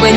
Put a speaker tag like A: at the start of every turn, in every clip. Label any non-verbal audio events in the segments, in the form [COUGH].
A: when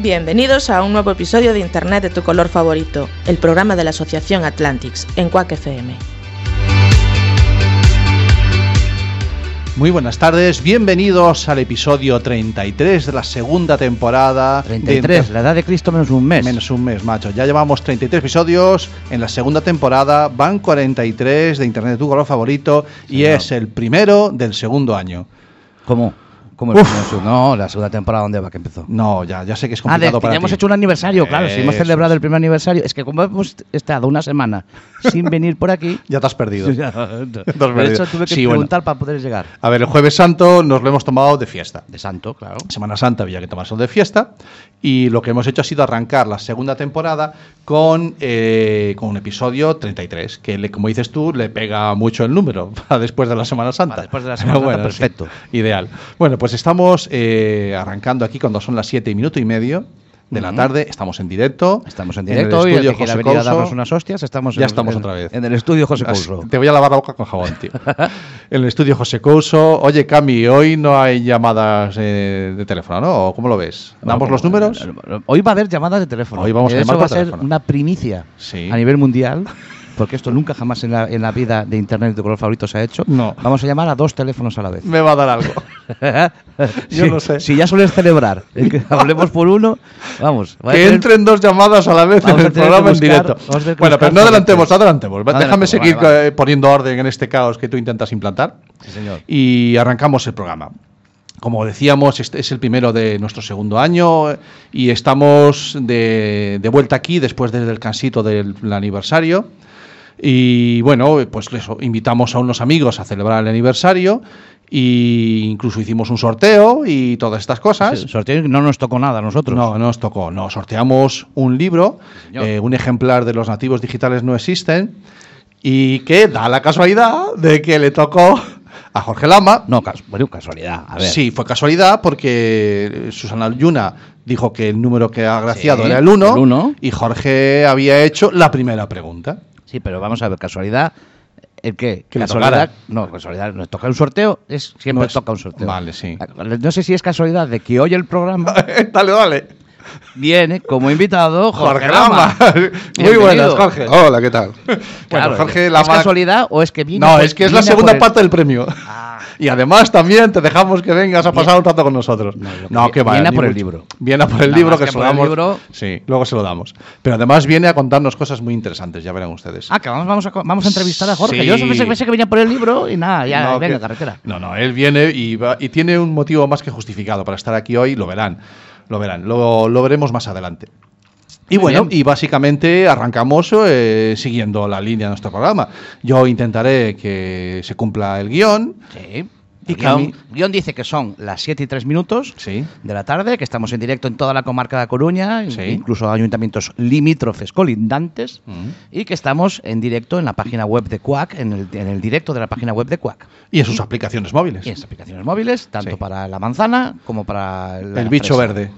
B: Bienvenidos a un nuevo episodio de Internet de tu color favorito, el programa de la Asociación Atlantics en Quack FM.
C: Muy buenas tardes, bienvenidos al episodio 33 de la segunda temporada. de
D: 33,
C: Inter-
D: la edad de Cristo menos un mes.
C: Menos un mes, macho. Ya llevamos 33 episodios en la segunda temporada, van 43 de Internet de tu color favorito y
D: Señor.
C: es el primero del segundo año.
D: ¿Cómo? ¿Cómo el
C: Uf.
D: menos un- No, la segunda temporada, ¿dónde va que empezó?
C: No, ya, ya sé que es
D: Ah, de,
C: complicado para
D: hemos
C: ti.
D: hecho un aniversario, claro, si hemos
C: Eso
D: celebrado
C: es.
D: el primer aniversario. Es que como hemos estado una semana sin venir
C: [LAUGHS]
D: por aquí...
C: Ya te has
D: [LAUGHS]
C: perdido.
D: Por
C: perdido.
D: eso tuve que
C: Sí, bueno.
D: preguntar para poder llegar.
C: A ver, el jueves santo nos lo hemos tomado de fiesta.
D: De santo, claro.
C: Semana Santa había que tomarse de fiesta y lo que hemos hecho ha sido arrancar la segunda temporada con, eh, con un episodio 33, que le- como dices tú le pega mucho el número [LAUGHS] para después de la Semana Santa.
D: Para después de
C: [LAUGHS]
D: la Semana Santa,
C: sí,
D: perfecto.
C: ideal. Bueno, pues estamos eh, arrancando aquí cuando son las 7 y minuto y medio de la tarde, estamos en directo.
D: Estamos en
C: el
D: directo y el
C: estudio
D: que quiera
C: José
D: venir a
C: Couso.
D: darnos unas hostias, estamos
C: Ya
D: en,
C: estamos
D: en-
C: otra vez.
D: En el estudio José
C: As-
D: Couso.
C: Te voy a lavar la boca con jabón,
D: [LAUGHS]
C: tío. en el estudio José Couso. Oye, Cami, hoy no hay llamadas eh, de teléfono, ¿no? ¿O ¿Cómo lo ves? ¿Damos los números?
D: Hoy va a haber llamadas de teléfono.
C: Hoy vamos a
D: Eso
C: llamar
D: va
C: por
D: a ser
C: teléfono.
D: una primicia
C: Sí.
D: a nivel mundial, porque esto nunca jamás en la, en la vida de Internet de color favorito se ha hecho.
C: No.
D: Vamos a llamar a dos teléfonos a la vez.
C: Me va a dar
D: [LAUGHS]
C: algo. [LAUGHS] Yo
D: Si-
C: no sé.
D: Si ya sueles celebrar el
C: [LAUGHS]
D: que hablemos por uno, vamos. va a
C: que
D: tener-
C: entren dos llamadas a la vez en
D: Vamos a
C: el
D: tener que
C: programa en
D: buscar-
C: directo.
D: vamos a tener que
C: Bueno,
D: buscar
C: pero no adelantemos,
D: favoritos.
C: adelantemos. Va,
D: No
C: Déjame
D: adelantemos,
C: seguir
D: vale, vale.
C: eh, poniendo orden en este caos que tú intentas implantar.
D: Sí, señor.
C: y arrancamos el programa. Como decíamos, este es el primero de nuestro segundo año eh, y estamos de, de vuelta aquí después del descansito del aniversario. Y bueno, eh, pues les invitamos a unos amigos a celebrar el aniversario e incluso hicimos un sorteo y todas estas cosas.
D: Sí, sorteo no nos tocó nada a nosotros.
C: No, no nos tocó. No, sorteamos un libro,
D: señor.
C: eh, un ejemplar de los nativos digitales no existen, y que da la casualidad de que le tocó a Jorge Lama.
D: No, cas- bueno, casualidad. A ver.
C: Sí, fue casualidad porque eh, Susana Yuna dijo que el número que ha agraciado
D: Sí,
C: era el 1
D: el uno.
C: y Jorge había hecho la primera pregunta.
D: Sí, pero vamos a ver, casualidad. ¿El qué?
C: Que le
D: casualidad.
C: tocara.
D: No, casualidad. Nos toca un sorteo. Es, siempre
C: No es-
D: toca un sorteo.
C: Vale, sí.
D: No sé si es casualidad de que hoy
C: [LAUGHS]
D: el programa
C: [LAUGHS] dale, dale.
D: viene como invitado Jorge,
C: Jorge
D: Lama.
C: Lama. [LAUGHS]
D: [LAUGHS]
C: Muy
D: Bienvenido.
C: buenas, Jorge.
E: Hola, ¿qué tal?
D: Claro,
C: Bueno, Jorge Lama.
D: ¿Es casualidad pues. o es que viene?
C: No,
D: por-
C: es que es la
D: viene a
C: segunda
D: por el-
C: parte del premio.
D: [LAUGHS] Ah.
C: Y además también te dejamos que vengas a pasar un rato con nosotros.
D: No, lo que
C: No,
D: vi-
C: que va.
D: viene a
C: ni
D: por el
C: mucho.
D: libro.
C: Viene a por el
D: Nada
C: libro
D: más
C: que
D: que
C: se
D: por
C: lo
D: el
C: damos.
D: libro.
C: Sí, luego se lo damos. Pero además viene a contarnos cosas muy interesantes, ya verán ustedes.
D: Ah, que vamos, vamos, a, vamos a entrevistar a Jorge.
C: Sí.
D: Yo pensé, pensé que venía por el libro y nada, ya,
C: No,
D: venga,
C: que-
D: carretera.
C: No, no, él viene y, va- y tiene un motivo más que justificado para estar aquí hoy, lo verán. Lo verán, lo, lo veremos más adelante. Y
D: Muy
C: bueno,
D: bien.
C: y básicamente arrancamos eh, siguiendo la línea de nuestro programa. Yo intentaré que se cumpla el guión.
D: Sí.
C: Y
D: Y
C: que a mí-
D: guión, guión dice que son las 7 y 3 minutos
C: Sí.
D: de la tarde, que estamos en directo en toda la comarca de Coruña,
C: Sí.
D: incluso ayuntamientos limítrofes colindantes,
C: Mm.
D: y que estamos en directo en la página web de Quack, en el, en el directo de la página web de Quack.
C: Y en sus aplicaciones móviles.
D: Y en las aplicaciones móviles, tanto
C: Sí.
D: para la manzana como para la
C: el bicho
D: fresa.
C: verde.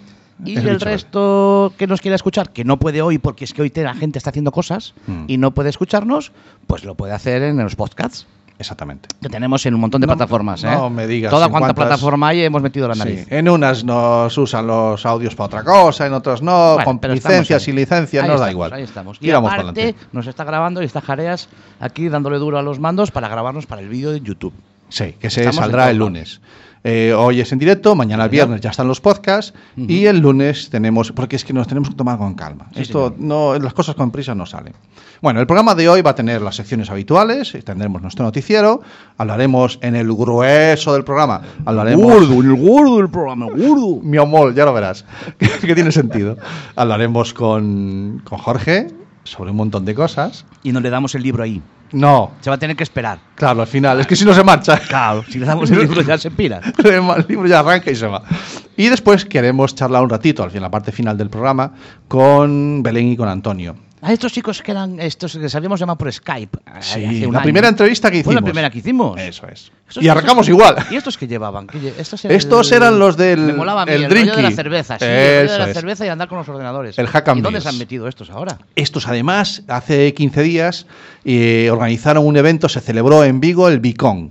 D: Y
C: El
D: el,
C: bicho
D: resto que nos quiera escuchar, que no puede hoy porque es que hoy te- la gente está haciendo cosas
C: Mm.
D: y no puede escucharnos, pues lo puede hacer en los podcasts
C: Exactamente.
D: que tenemos en un montón de
C: No-
D: plataformas.
C: no
D: ¿eh?
C: me digas
D: Toda
C: en
D: cuanta
C: cuántas-
D: plataforma hay hemos metido la nariz.
C: Sí. Eh, En unas nos usan los audios para otra cosa, en otras no,
D: Bueno,
C: con
D: pero estamos
C: licencias
D: ahí.
C: y licencias,
D: Ahí
C: nos da
D: estamos,
C: igual.
D: Ahí estamos. Y
C: Tiramos para
D: aparte,
C: adelante.
D: nos está grabando y está Jareas aquí dándole duro a los mandos para grabarnos para el vídeo de YouTube.
C: Sí, que se
D: Estamos en
C: saldrá
D: todos
C: el
D: lados.
C: lunes. Eh, hoy es en directo, mañana
D: Señor.
C: viernes ya están los podcasts y el lunes tenemos, porque es que nos tenemos que tomar con calma.
D: Sí,
C: Esto
D: señor.
C: no, las cosas con prisa no salen. Bueno, el programa de hoy va a tener las secciones habituales, tendremos nuestro noticiero, hablaremos en el grueso del programa, hablaremos
D: el gordo el programa, el gordo.
C: mi amor, ya lo verás, [LAUGHS] que, que tiene sentido. Hablaremos con, con Jorge sobre un montón de cosas.
D: Y nos le damos el libro ahí.
C: No,
D: Se va a tener que esperar.
C: claro, al final. Es que si no se
D: [LAUGHS]
C: marcha.
D: Claro, si le damos el libro ya se pira.
C: [LAUGHS] el libro ya arranca y se va. Y después queremos charlar un ratito, al fin, la parte final del programa, con Belén y con Antonio.
D: A estos chicos que eran, estos que sabíamos llamar por Skype. eh,
C: Sí,
D: hace un
C: la
D: año.
C: primera entrevista que
D: Fue la
C: hicimos.
D: primera que hicimos.
C: Eso es.
D: Estos-
C: y arrancamos igual.
D: ¿Y estos que llevaban? ¿Qué lle- Estos,
C: Estos eran los del-
D: Me molaba a mí,
C: el
D: el, rollo de la
C: drinky.
D: cerveza. Sí, el rollo de
C: Eso
D: la
C: es.
D: cerveza y andar con los ordenadores.
C: El hack and
D: ¿Y dónde
C: beers.
D: se han metido estos ahora?
C: Estos además, hace 15 días, eh, organizaron un evento, se celebró en Vigo el Bicon.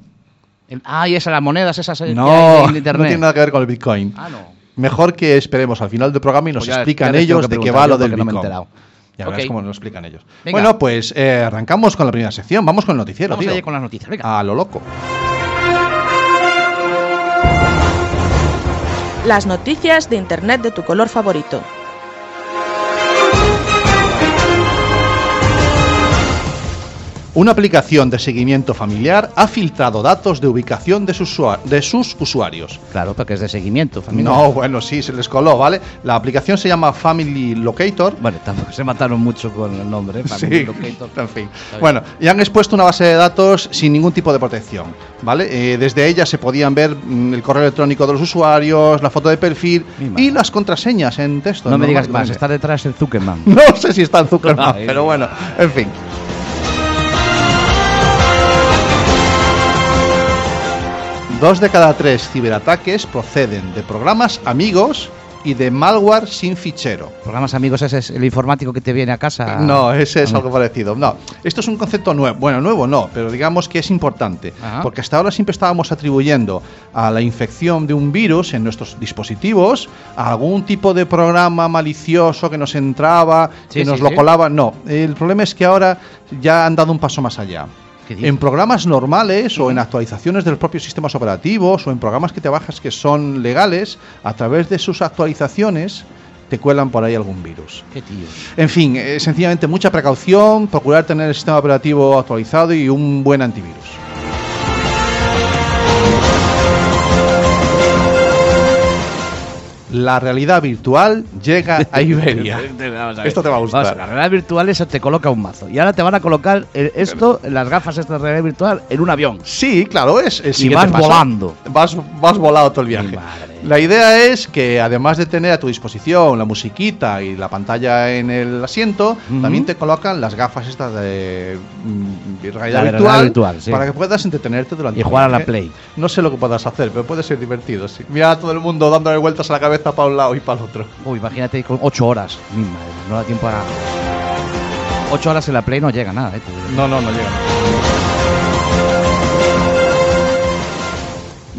D: El- ah, y esas las monedas esas eh, que hay
C: No,
D: en
C: no
D: internet.
C: tiene nada que ver con el Bitcoin.
D: Ah, no.
C: Mejor que esperemos al final del programa y nos
D: Pues ya-
C: explican
D: ya les tengo
C: ellos
D: que
C: de qué va
D: preguntar
C: lo
D: yo
C: del
D: porque no me he
C: Bitcoin.
D: enterado.
C: Ya verás
D: Ok.
C: cómo nos lo explican ellos.
D: Venga.
C: Bueno, pues eh, arrancamos con la primera sección. Vamos con el noticiero,
D: Vamos
C: tío.
D: allá con las noticias. Venga.
C: A lo loco.
B: Las noticias de Internet de tu color favorito.
C: Una aplicación de seguimiento familiar ha filtrado datos de ubicación de sus, usua- de sus usuarios.
D: Claro, porque es de seguimiento, familia.
C: No, bueno, sí, se les coló, ¿vale? La aplicación se llama Family Locator.
D: Bueno, tampoco se mataron mucho con el nombre. ¿eh? Para mí,
C: Sí,
D: lo que hizo-
C: en fin.
D: bien.
C: Bueno, y han expuesto una base de datos sin ningún tipo de protección, ¿vale? Eh, desde ella se podían ver mm, el correo electrónico de los usuarios, la foto de perfil
D: Mi
C: y
D: madre.
C: las contraseñas en texto.
D: No me
C: normal
D: digas
C: y
D: más, ¿eh?
C: corriente.
D: está detrás el Zuckerman.
C: [LAUGHS] No sé si está en Zuckerman,
D: Ay.
C: pero bueno, en fin. Dos de cada tres ciberataques proceden de programas amigos y de malware sin fichero.
D: Programas amigos, ese es el informático que te viene a casa.
C: No, eh. ese es
D: Ah,
C: algo parecido. No, esto es un concepto nuevo. Bueno, nuevo no, pero digamos que es importante.
D: Ajá.
C: Porque hasta ahora siempre estábamos atribuyendo a la infección de un virus en nuestros dispositivos a algún tipo de programa malicioso que nos entraba,
D: Sí,
C: que nos
D: sí,
C: lo
D: sí.
C: colaba. No, el problema es que ahora ya han dado un paso más allá.
D: ¿Qué dices?
C: En programas normales o en actualizaciones de los propios sistemas operativos o en programas que te bajas que son legales, a través de sus actualizaciones te cuelan por ahí algún virus.
D: Qué tío.
C: En fin, eh, sencillamente mucha precaución, procurar tener el sistema operativo actualizado y un buen antivirus. La realidad virtual llega a Iberia. Esto te va a gustar.
D: Vamos, la realidad virtual esa te coloca un mazo. Y ahora te van a colocar eh, esto, las gafas esta de realidad virtual, en un avión.
C: Sí, claro, es. el siguiente
D: vas
C: paso.
D: volando.
C: Vas, vas volado todo el viaje.
D: Mi madre.
C: La idea es que además de tener a tu disposición la musiquita y la pantalla en el asiento,
D: Ujú.
C: también te colocan las gafas estas de mm, realidad
D: La de
C: virtual,
D: realidad virtual, sí.
C: para que puedas entretenerte durante
D: Y
C: el
D: jugar a la
C: viaje.
D: Play.
C: No sé lo que puedas hacer, pero puede ser divertido. sí. Mira a todo el mundo dándole vueltas a la cabeza para un lado y para el otro.
D: Uy, imagínate con 8 horas. Mi madre, no da tiempo a. 8 horas en la Play no llega nada, eh, te digo.
C: No, no, no llega.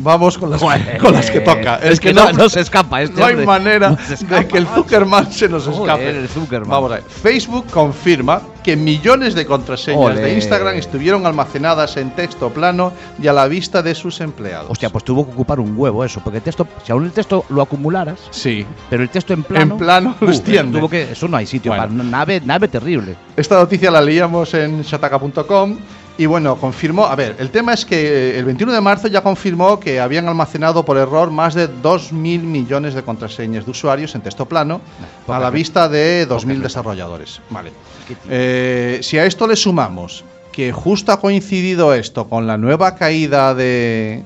C: Vamos con las, con las que toca.
D: [LAUGHS] Es, que, no, no se escapa este
C: No hay
D: hombre.
C: manera
D: No se escapa.
C: de que el Zuckerman se nos
D: Joder,
C: escape.
D: el Zuckerman.
C: Vamos a ver. Facebook confirma que millones de contraseñas
D: Ole.
C: de Instagram estuvieron almacenadas en texto plano y a la vista de sus empleados.
D: Hostia, pues tuvo que ocupar un huevo eso, porque el texto, si aún el texto lo acumularas,
C: Sí.
D: pero el texto en plano.
C: En plano lo
D: Uh,
C: extiende.
D: [LAUGHS] tuvo que, eso no hay sitio
C: Bueno.
D: para una nave, nave terrible.
C: Esta noticia la leíamos en shataka.com y bueno, confirmó, a ver, el tema es que eh, el 21 de marzo ya confirmó que habían almacenado por error más de 2.000 millones de contraseñas de usuarios en texto plano
D: poca
C: a la
D: gente.
C: vista de 2.000
D: gente.
C: desarrolladores. Vale.
D: Qué tío.
C: Eh, si a esto le sumamos que justo ha coincidido esto con la nueva caída de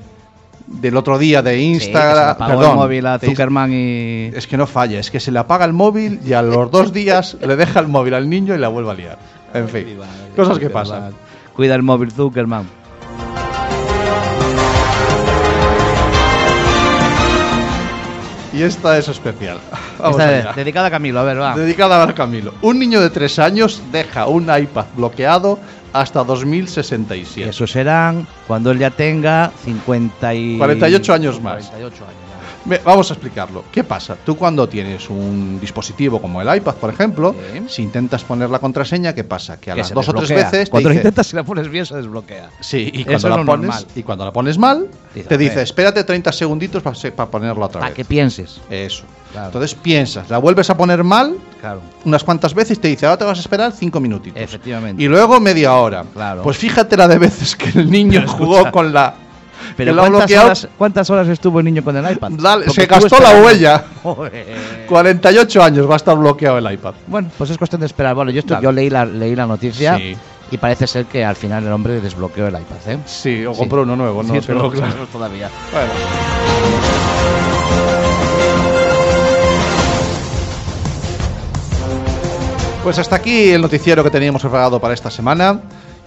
C: del otro día de Instagram,
D: Sí, que se le apagó
C: perdón,
D: el móvil a
C: de Inst-
D: Zuckerman y.
C: es que no falla, es que se le apaga el móvil y a los dos días le deja el móvil al niño y la vuelve a liar. En fin, cosas que pasan.
D: Cuida el móvil, Zuckerman.
C: Y esta es especial. Vamos
D: Esta
C: allá.
D: es dedicada a Camilo, a ver, va.
C: Dedicada a Camilo. Un niño de tres años deja un iPad bloqueado hasta 2067.
D: Eso serán cuando él ya tenga 50 y...
C: 48 años más.
D: 48 años. ya.
C: Ve- Vamos a explicarlo. ¿Qué pasa? Tú cuando tienes un dispositivo como el iPad, por ejemplo,
D: Sí.
C: si intentas poner la contraseña, ¿qué pasa? Que a
D: Que
C: las
D: se
C: dos o tres
D: desbloquea.
C: veces te
D: Cuando lo
C: dice-
D: intentas si la pones bien se desbloquea.
C: Sí, y
D: Eso
C: cuando,
D: es
C: la
D: lo
C: pones,
D: normal.
C: y cuando la pones mal,
D: Dices,
C: te dice,
D: "Venga".
C: espérate 30 segunditos para, ponerlo otra
D: Para que
C: vez.
D: pienses.
C: Eso.
D: Claro.
C: Entonces piensas, la vuelves a poner mal
D: Claro.
C: unas cuantas veces y te dice, ahora te vas a esperar cinco minutitos.
D: Efectivamente.
C: Y luego media hora.
D: Claro.
C: Pues fíjate la de veces que el
D: [LAUGHS]
C: niño jugó con la...
D: Pero
C: que lo ha
D: ¿cuántas
C: bloqueado.
D: horas, ¿cuántas horas estuvo el niño con el iPad?
C: Dale,
D: Porque
C: se
D: estuvo
C: gastó la
D: esperando.
C: huella.
D: Joder.
C: 48 años va a estar bloqueado el iPad.
D: Bueno, pues es cuestión de esperar. Bueno, yo, esto-
C: Dale.
D: yo leí, la, leí la noticia
C: Sí.
D: Y parece ser que al final el hombre desbloqueó el iPad, ¿eh?
C: Sí, o
D: Sí.
C: compro uno nuevo, no
D: Sí,
C: tengo
D: no,
C: claro.
D: no, todavía.
C: Bueno. Pues hasta aquí el noticiero que teníamos preparado para esta semana.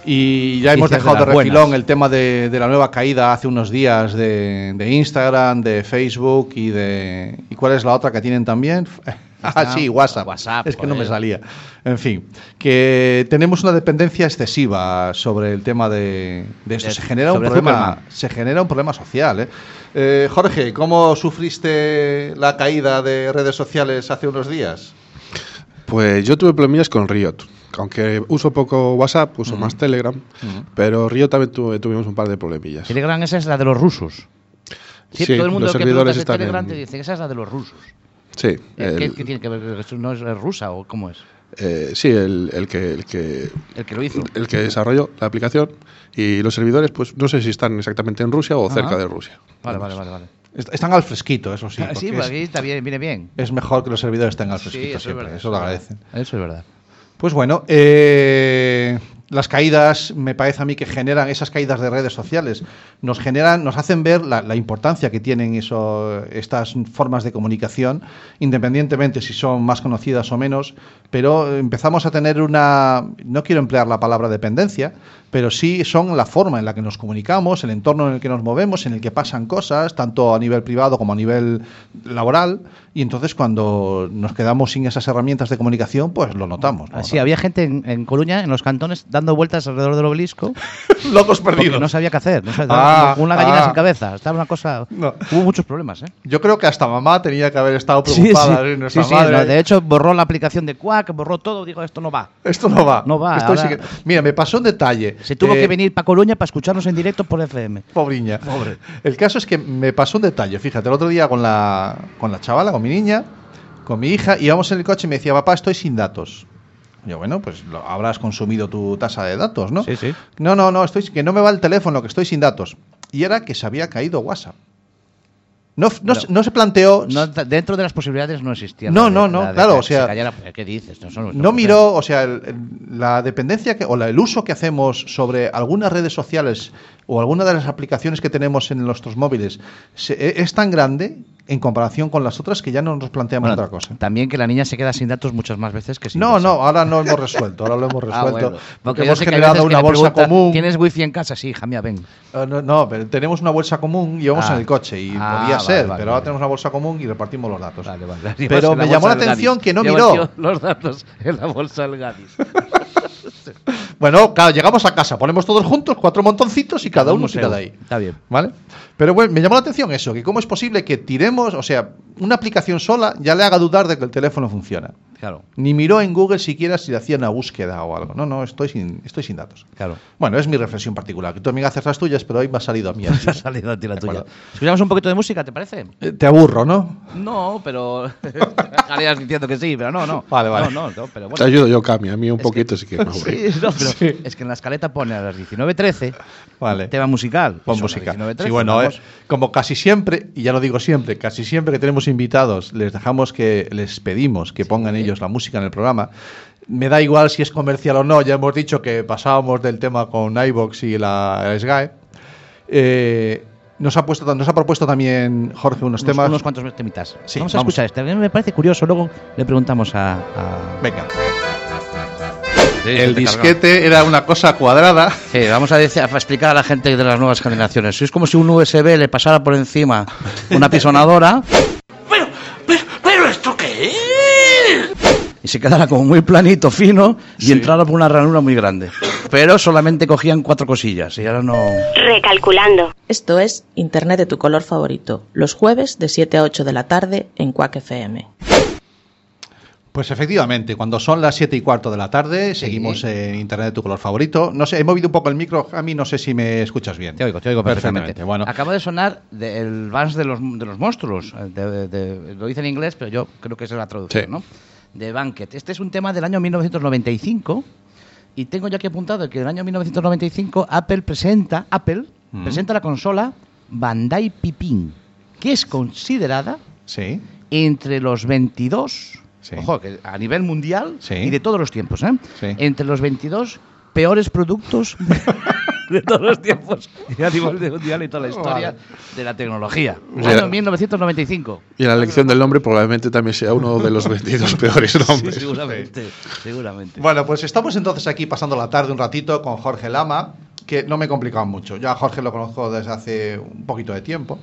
C: Y ya hemos
D: Noticias de
C: dejado de,
D: las
C: refilón
D: buenas.
C: el tema de, de la nueva caída hace unos días de, de Instagram, de Facebook y de. ¿Y cuál es la otra que tienen
D: [LAUGHS]
C: también? Ah, sí, WhatsApp.
D: WhatsApp,
C: es que no me
D: joder.
C: salía. En fin, que tenemos una dependencia excesiva sobre el tema de, de esto.
D: De-
C: Se genera un
D: Eh, sobre
C: problema
D: Zuckerman.
C: se genera un problema social. ¿eh? Eh, Jorge, ¿cómo sufriste la caída de redes sociales hace unos días?
E: Pues yo tuve problemillas con Riot. Aunque uso poco WhatsApp, uso más Telegram, pero Riot también tuve- tuvimos un par de problemillas.
D: Telegram esa es la de los rusos. Sí, todo el mundo
E: los
D: que preguntas
E: servidores
D: de
E: están
D: Telegram
E: en-
D: te dice que esa es la de los rusos.
E: Sí,
D: Eh, ¿Qué,
E: el-
D: qué tiene que ver? ¿Eso ¿No es rusa o cómo es?
E: eh, sí, el- el que- el que
D: El que lo hizo.
E: el que desarrolló la aplicación y los servidores, pues no sé si están exactamente en Rusia o
D: Ajá.
E: cerca de Rusia.
D: Vale, vale, vale. vale.
C: Est- Están al fresquito, eso sí.
D: Ah, Sí,
C: porque
D: pues
C: es-
D: aquí está bien, viene bien.
C: es, mejor que los servidores estén al
D: Sí,
C: fresquito
D: eso es
C: siempre,
D: verdad,
C: eso lo agradecen.
D: Eso es verdad.
C: Pues bueno, eh, las caídas me parece a mí que generan esas caídas de redes sociales, nos generan, nos hacen ver la, la importancia que tienen eso, estas formas de comunicación, independientemente si son más conocidas o menos, pero empezamos a tener una, no quiero emplear la palabra dependencia, pero sí son la forma en la que nos comunicamos, el entorno en el que nos movemos, en el que pasan cosas, tanto a nivel privado como a nivel laboral, y entonces cuando nos quedamos sin esas herramientas de comunicación, pues lo notamos. ¿no?
D: [LAUGHS] Así había gente en, en Coruña, en los cantones, dando vueltas alrededor del
C: [LAUGHS]
D: obelisco
C: Locos
D: porque
C: perdidos.
D: no sabía qué hacer. No sabía,
C: Ah,
D: como una gallina
C: ah.
D: sin cabeza. Estaba una cosa.
C: No.
D: Hubo muchos problemas, ¿eh?
C: Yo creo que hasta mamá tenía que haber estado preocupada. ¿eh? Nuestra
D: Sí, sí,
C: madre.
D: no, de hecho, borró la aplicación de Quack, borró todo. Dijo, esto no va.
C: Esto no va.
D: No va,
C: Estoy
D: ahora-
C: sin- Mira, me pasó un detalle.
D: Se tuvo
C: Eh,
D: que venir para Coruña para escucharnos en directo por FM.
C: Pobriña. El caso es que me pasó un detalle. Fíjate, el otro día con la, con la chavala, con mi niña, con mi hija, íbamos en el coche y me decía, papá, estoy sin datos. Yo, bueno, pues lo- habrás consumido tu tasa de datos, ¿no?
D: Sí, sí.
C: No, no, no, estoy, que no me va el teléfono, que estoy sin datos. Y era que se había caído WhatsApp. No, f- no,
D: No.
C: se- no se planteó,
D: No, dentro de las posibilidades no existía.
C: No,
D: la
C: no,
D: de-
C: no,
D: la de
C: claro,
D: que
C: o sea,
D: se callara. ¿Qué dices? No, son- no
C: No
D: puede ser.
C: miró, o sea, el- el- la dependencia que, o la- el uso que hacemos sobre algunas redes sociales o alguna de las aplicaciones que tenemos en nuestros móviles se- e- es tan grande en comparación con las otras que ya no nos planteamos
D: Bueno,
C: otra cosa.
D: También que la niña se queda sin datos muchas más veces que sin
C: No,
D: datos.
C: no, ahora no hemos resuelto, ahora lo hemos
D: [LAUGHS] Ah,
C: resuelto.
D: bueno.
C: Porque
D: yo
C: hemos
D: sé que hay
C: generado
D: veces que
C: una
D: le
C: bolsa
D: preguntan,
C: común.
D: ¿Tienes wifi en casa? Sí, hija mía, ven.
C: Ah, no, no, pero tenemos una bolsa común y vamos
D: Ah.
C: en el coche y
D: Ah,
C: podía
D: vale,
C: ser,
D: vale,
C: pero ahora
D: vale.
C: tenemos una bolsa común y repartimos los datos.
D: Pues Vale, [LAUGHS] vale.
C: Pero
D: Llevas
C: me
D: bolsa
C: llamó la
D: del
C: atención
D: Gadis.
C: que no
D: Llevas
C: miró.
D: Los datos en la bolsa
C: [LAUGHS]
D: del Gadis.
C: Bueno, claro, llegamos a casa, ponemos todos juntos cuatro montoncitos y cada uno
D: museo.
C: tira de ahí.
D: Está bien.
C: ¿Vale? Pero bueno, me llamó la atención eso, que cómo es posible que tiremos, o sea, una aplicación sola ya le haga dudar de que el teléfono funciona.
D: Claro,
C: Ni miró en Google siquiera si le hacía una búsqueda o algo. No, no, estoy sin, estoy sin datos.
D: claro.
C: Bueno, es mi reflexión particular, que tú también haces las tuyas, pero hoy me ha salido a mí.
D: [LAUGHS]
C: así.
D: Ha salido a ti la
C: De
D: tuya.
C: acuerdo.
D: Escuchamos un poquito de música, ¿te parece?
C: Eh, Te aburro, ¿no?
D: No, pero. Estarías diciendo que sí, pero no, no.
C: Vale, vale.
D: No, no, no, pero
E: Te
D: bueno.
E: ayudo yo, Cami, a mí un
D: Es
E: poquito
D: que-
E: si quieres. me aburrí.
D: Sí, no, pero es que en la escaleta pone a las 19.13
C: Vale.
D: tema musical.
C: Pon
D: Pues Son las
C: música.
D: 19.13,
C: Sí, bueno,
D: vamos.
C: eh, como casi siempre, y ya lo digo siempre, casi siempre que tenemos invitados, les dejamos que, les pedimos que pongan ellos la música en el programa. Me da igual si es comercial o no, ya hemos dicho que pasábamos del tema con iBox y la Sky. Eh, nos, ha puesto, nos ha propuesto también Jorge unos,
D: unos,
C: temas.
D: unos cuantos temitas.
C: Sí,
D: vamos a
C: vamos.
D: escuchar este. A mí me parece curioso. Luego le preguntamos a. a-
C: Venga.
D: Sí,
C: El
D: te cargaron.
C: disquete era una cosa cuadrada.
D: Sí, Eh, vamos a, decir- a explicar a la gente de las nuevas generaciones. Es como si un USB le pasara por encima una pisonadora
F: Pero, pero esto qué es?
D: y se quedara como muy planito, fino y entrara por una ranura muy grande. Pero solamente cogían cuatro cosillas y ahora no.
G: Recalculando.
B: Esto es Internet de tu color favorito, los jueves de 7 a 8 de la tarde en Quack FM.
C: Pues efectivamente, cuando son las 7 y cuarto de la tarde, seguimos en Internet de tu color favorito. No sé, he movido un poco el micro, a mí no sé si me escuchas bien.
D: Te oigo, te oigo perfectamente.
C: Bueno,
D: Acaba de sonar de- el Vans de los, de los monstruos. eh, de- de- lo dice en inglés, pero yo creo que esa es la traducción,
E: Sí.
D: ¿no? De Banquet. Este es un tema del año 1995 y tengo yo aquí apuntado que en el año 1995 Apple presenta, Apple presenta la consola Bandai Pipin, que es considerada
C: sí.
D: entre los 22,
C: Sí.
D: ojo, que a nivel mundial
C: Sí.
D: y de todos los tiempos, ¿eh?
C: Sí.
D: entre los 22
C: [LAUGHS]
D: peores productos de todos los tiempos. Y a nivel de mundial y toda la historia de la tecnología.
E: O sea,
D: Año
C: [LAUGHS]
D: 1995.
E: Y la elección del nombre probablemente también sea uno de los
D: [LAUGHS]
E: 22 peores nombres.
D: seguramente, seguramente.
C: Bueno, pues estamos entonces aquí pasando la tarde un ratito con Jorge Lama, que no me he complicado mucho. Yo a Jorge lo conozco desde hace un poquito de tiempo.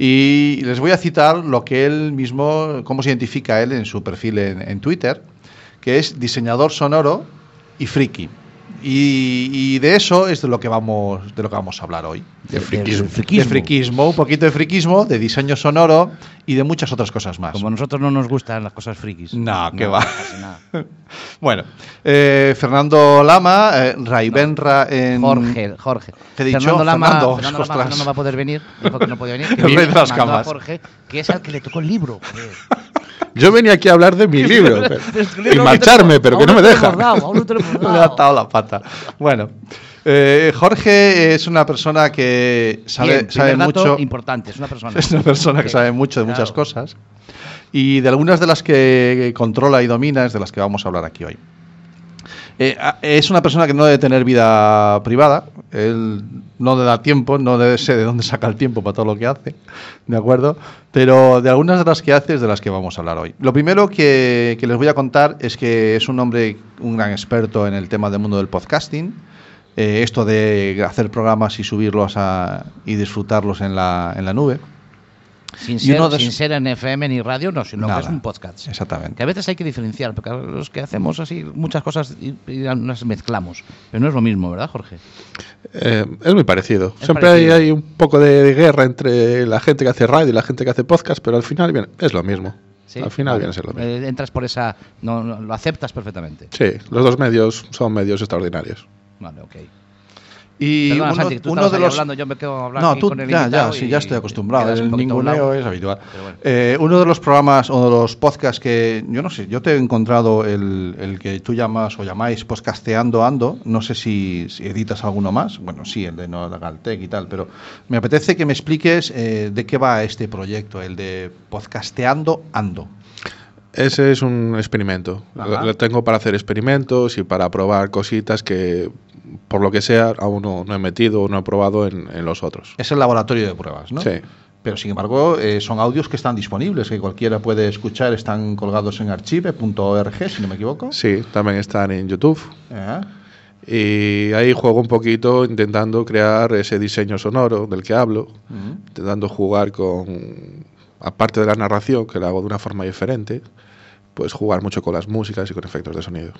C: Y les voy a citar lo que él mismo, cómo se identifica él en su perfil en, en Twitter, que es diseñador sonoro y friki. Y, y de eso es de lo que vamos, de lo que vamos a hablar hoy.
E: De friquismo.
C: De friquismo, un poquito de friquismo, de diseño sonoro y de muchas otras cosas más.
D: Como a nosotros no nos gustan las cosas frikis.
C: No, qué
D: [LAUGHS]
C: va. [LAUGHS]
D: casi nada.
C: Bueno, eh, Fernando Lama, eh, Ray Benra en...
D: Jorge, Jorge.
C: ¿Qué he dicho?
D: Fernando Lama,
C: Fernando,
D: Fernando Lama,
C: ostras.
D: que no va a poder venir, dijo que no podía
C: [LAUGHS]
D: venir. que
C: El rey de
D: mandó
C: las
D: a
C: camas.
D: Jorge, que es al que le tocó el libro. joder.
E: Yo venía aquí a hablar de
D: [LAUGHS]
E: mi libro pero-
D: Es que el
E: y
D: libro
E: marcharme, pero que
D: aún
E: no me
D: te lo hemos
E: dejan.
D: dado, aún no te lo [LAUGHS] hemos
C: [LAUGHS] Le
D: dado.
C: ha atado la pata. Bueno, eh, Jorge es una persona que sabe,
D: Bien,
C: sabe
D: primer dato
C: mucho.
D: importante, es una
C: [LAUGHS]
D: persona.
C: Es una persona que
D: Sí,
C: sabe mucho de muchas
D: claro.
C: cosas y de algunas de las que controla y domina es de las que vamos a hablar aquí hoy. Eh, a- es una persona que no debe tener vida privada, él no le da tiempo, no debe sé de dónde saca el tiempo para todo lo que hace, ¿de acuerdo? Pero de algunas de las que hace es de las que vamos a hablar hoy. Lo primero que, que les voy a contar es que es un hombre, un gran experto en el tema del mundo del podcasting, eh, esto de hacer programas y subirlos a- y disfrutarlos en la, en la nube.
D: Sin
C: Y
D: ser,
C: uno de
D: sin
C: su-
D: ser en FM ni radio, no, sino
C: Nada.
D: que es un podcast. Que
C: Exactamente.
D: a veces hay que diferenciar, porque los que hacemos así muchas cosas y, y las mezclamos. Pero no es lo mismo, ¿verdad, Jorge?
E: Eh, es muy parecido.
D: Es
E: Siempre hay-
D: parecido.
E: Hay, un poco de, de guerra entre la gente que hace radio y la gente que hace podcast, pero al final viene- es lo mismo.
D: ¿Sí?
E: Al final
D: Vale.
E: viene a ser lo mismo.
D: Eh, Entras por esa. No, no, lo aceptas perfectamente.
E: Sí, los dos medios son medios extraordinarios.
D: Vale, ok.
C: Y
D: Perdona,
C: uno,
D: Santi, tú
C: uno
D: estabas
C: de
D: ahí
C: los
D: hablando, yo me quedo hablando
C: no,
D: aquí
C: tú
D: con el
C: ya, ya,
D: invitado
C: sí,
D: y-
C: ya estoy acostumbrado.
D: te
C: El
D: quedas un poquito a un
C: ninguneo
D: lado.
C: es habitual.
D: Pero bueno.
C: Eh, uno de los programas o de los podcasts que yo no sé, yo te he encontrado el, el que tú llamas o llamáis podcasteando ando. No sé si, si editas alguno más. Bueno, sí, el de Galtec y tal, pero me apetece que me expliques eh, de qué va este proyecto, el de podcasteando ando.
E: Ese es un experimento.
C: Ajá.
E: Lo, lo tengo para hacer experimentos y para probar cositas que, por lo que sea, aún no, no he metido o no he probado en, en los otros.
C: Es el laboratorio de pruebas, ¿no?
E: Sí.
C: Pero sin embargo, eh, son audios que están disponibles, que cualquiera puede escuchar, están colgados en archive.org, si no me equivoco. Eh,
E: Sí, también están en YouTube.
C: Ajá.
E: Y ahí juego un poquito intentando crear ese diseño sonoro del que hablo, intentando jugar con, aparte de la narración, que la hago de una forma diferente, pues jugar mucho con las músicas y con efectos de sonido.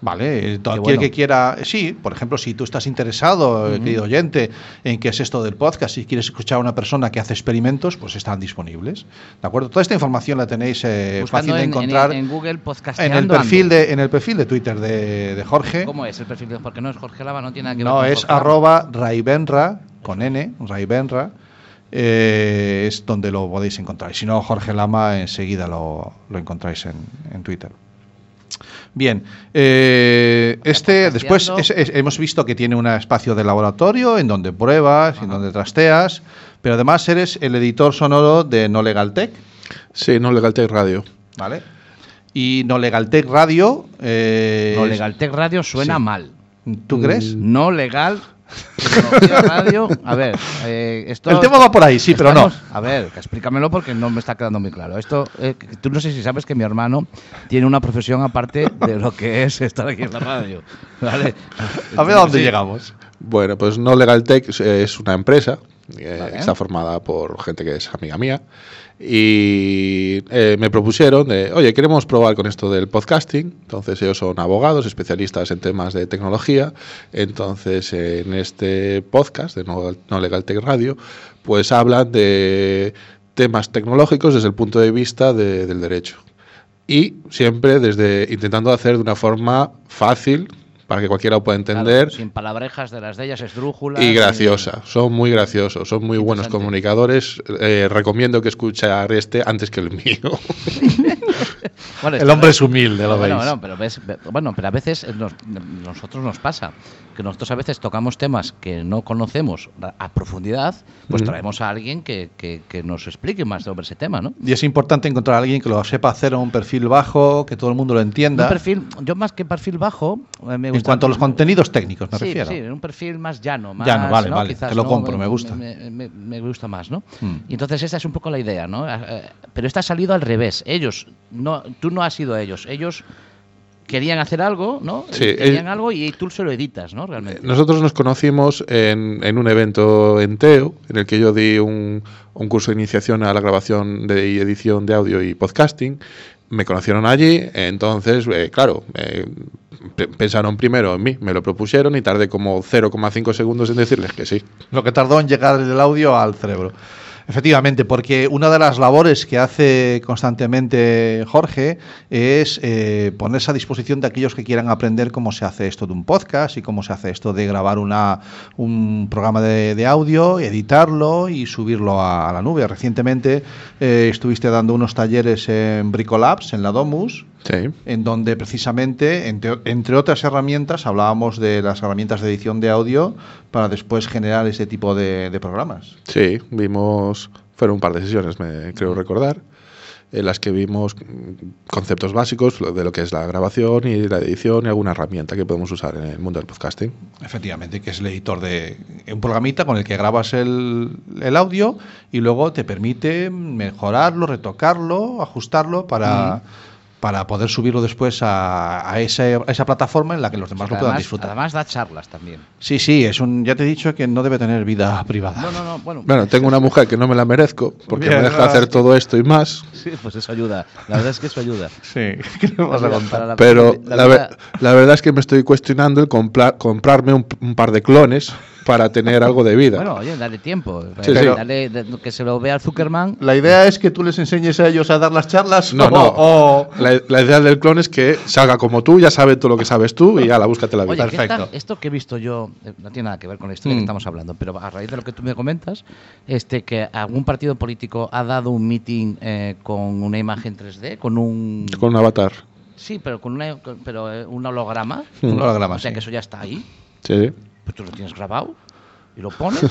C: Vale, eh, todo
D: Qué
C: aquel
D: bueno.
C: que quiera, sí, por ejemplo, si tú estás interesado, eh, querido oyente, en qué es esto del podcast, si quieres escuchar a una persona que hace experimentos, pues están disponibles. ¿De acuerdo? Toda esta información la tenéis eh,
D: Buscando
C: fácil de
D: en- en-
C: encontrar
D: en,
C: en,
D: Google podcasteando.
C: el perfil
D: ando.
C: de, en el perfil de Twitter de, de Jorge.
D: ¿Cómo es el perfil? de- Porque no es Jorge Lava, no tiene nada que ver
C: No,
D: con
C: es
D: Jorge Lava.
C: arroba raibenra, con N, raibenra, eh, es donde lo podéis encontrar. Y Si no, Jorge Lama enseguida lo, lo encontráis en, en Twitter. Bien, eh, este después es- es- hemos visto que tiene un espacio de laboratorio en donde pruebas, en donde trasteas, pero además eres el editor sonoro de No Legal Tech,
E: Sí, no Legal Tech Radio.
C: ¿vale? Y No Legal Tech Radio, eh,
D: No Legal Mm. Tech Radio suena
C: Sí.
D: mal.
C: ¿tú crees?
D: No legal.
C: [LAUGHS]
D: tecnología radio. A ver, eh, esto.
C: El tema va por ahí, sí, pero no.
D: Estamos- A ver, que explícamelo porque no me está quedando muy claro. Esto, eh, que tú no sé si sabes que mi hermano tiene una profesión aparte de lo que es estar aquí en la radio. ¿Vale?
C: A ver a dónde llegamos.
E: Bueno, pues No Legal Tech es- es una empresa, eh,
D: Vale.
E: está formada por gente que es amiga mía, y eh, me propusieron de, oye, queremos probar con esto del podcasting, entonces ellos son abogados, especialistas en temas de tecnología, entonces en este podcast de No, No Legal Tech Radio, pues hablan de temas tecnológicos desde el punto de vista de- del derecho y siempre desde intentando hacer de una forma fácil para que cualquiera lo pueda
D: Claro,
E: entender
D: sin palabrejas de las de ellas, esdrújulas.
E: y graciosa. Son muy graciosos, son muy buenos
D: Interesante.
E: comunicadores. Eh, recomiendo que escuchar este antes que el mío.
D: Bueno,
C: El
D: esto-
C: hombre es humilde, lo veis.
D: Bueno, bueno, pero ves- ve- bueno, pero a veces eh, nos- nosotros nos pasa que nosotros a veces tocamos temas que no conocemos a, a profundidad, pues traemos a alguien que, que- que nos explique más sobre ese tema, ¿no?
C: Y es importante encontrar a alguien que lo sepa hacer a un perfil bajo, que todo el mundo lo
D: Un
C: entienda.
D: perfil, yo más que perfil bajo, eh, me
C: En
D: gusta-
C: cuanto a los contenidos técnicos, me
D: sí,
C: refiero.
D: sí, en un perfil más llano. Más,
C: Llano, vale, vale, te lo
D: ¿no?
C: compro, me gusta.
D: Me, me- me gusta más, ¿no?
C: Mm.
D: Y entonces esa es un poco la idea, ¿no? Ah, ah, Pero esta ha salido al revés. Ellos, no, tú no has sido ellos. Ellos querían hacer algo, ¿no?
E: Sí,
D: Y querían
E: eh,
D: algo y tú se lo editas, ¿no?
C: Eh,
D: Realmente.
E: Nosotros nos conocimos en, en un evento en Teo, en el que yo di un, un curso de iniciación a la grabación de, y edición de audio y podcasting. Me conocieron allí, entonces, eh, claro, eh, pe- pensaron primero en mí, me lo propusieron y tardé como 0,5 segundos en decirles que sí.
C: Lo que tardó en llegar el audio al cerebro. Efectivamente, porque una de las labores que hace constantemente Jorge es eh, ponerse a disposición de aquellos que quieran aprender cómo se hace esto de un podcast y cómo se hace esto de grabar una, un programa de, de audio, editarlo y subirlo a, a la nube. Recientemente eh, estuviste dando unos talleres en Bricolabs, en la Domus,
E: Sí.
C: en donde precisamente, entre, entre otras herramientas, hablábamos de las herramientas de edición de audio para después generar este tipo de, de programas.
E: Sí, vimos, fueron un par de sesiones, me creo recordar, en las que vimos mm, conceptos básicos lo- de lo que es la grabación y la edición y alguna herramienta que podemos usar en el mundo del podcasting.
C: Efectivamente, que es el editor de un programita con el que grabas el, el audio y luego te permite mejorarlo, retocarlo, ajustarlo para, para poder subirlo después a, a esa, a esa plataforma en la que los demás lo puedan
D: además,
C: disfrutar.
D: además da charlas también.
C: Sí, sí, es un, ya te he dicho que no debe tener vida privada.
D: No, no, no, bueno.
E: Bueno, tengo una mujer que no me la merezco porque
C: Bien,
E: me deja
C: nada.
E: hacer todo esto y más.
D: [LAUGHS] Sí, pues eso ayuda. La verdad es que eso ayuda.
C: [LAUGHS] Sí, ¿qué le vas a
D: Para la-
C: contar?
D: para la-
E: Pero
D: la
E: la, ver-
D: verdad-
E: la verdad es que me estoy cuestionando el compla- comprarme un, un par de clones para tener algo de vida.
D: Bueno, oye, dale tiempo.
E: Sí,
D: Dale-
E: sí.
D: dale- de- que se lo vea Zuckerman.
C: La idea es que tú les enseñes a ellos a dar las charlas.
E: no,
C: o-
E: no.
C: o-
E: La, la idea del clon es que salga como tú, ya sabe todo lo que sabes tú y ya la búscate la vida.
D: Oye, ¿qué tal?
C: Perfecto.
D: esto que he visto yo eh, no tiene nada que ver con la historia
C: Mm.
D: que estamos hablando, pero a raíz de lo que tú me comentas, este que algún partido político ha dado un meeting eh, con una imagen 3D, con un
E: Con un avatar.
D: sí, pero con una, con- pero eh, un holograma,
C: Un holograma,
D: o sea
C: sí.
D: que eso ya está ahí,
E: Sí.
D: pues tú lo tienes grabado y lo pones,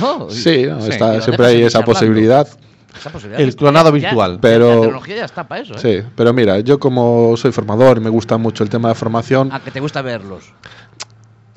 D: no, y-
E: Sí, no,
C: Sí,
E: está-
D: y lo dejas
E: siempre hay
D: ahí
E: esa
D: charlando.
E: posibilidad.
D: esa posibilidad
C: El
D: está.
C: clonado
D: Ya-
C: virtual.
E: Pero-
D: la tecnología ya está para eso, ¿eh?
E: Sí, pero mira, yo como soy formador, me gusta mucho el tema de formación,
D: a que te gusta verlos.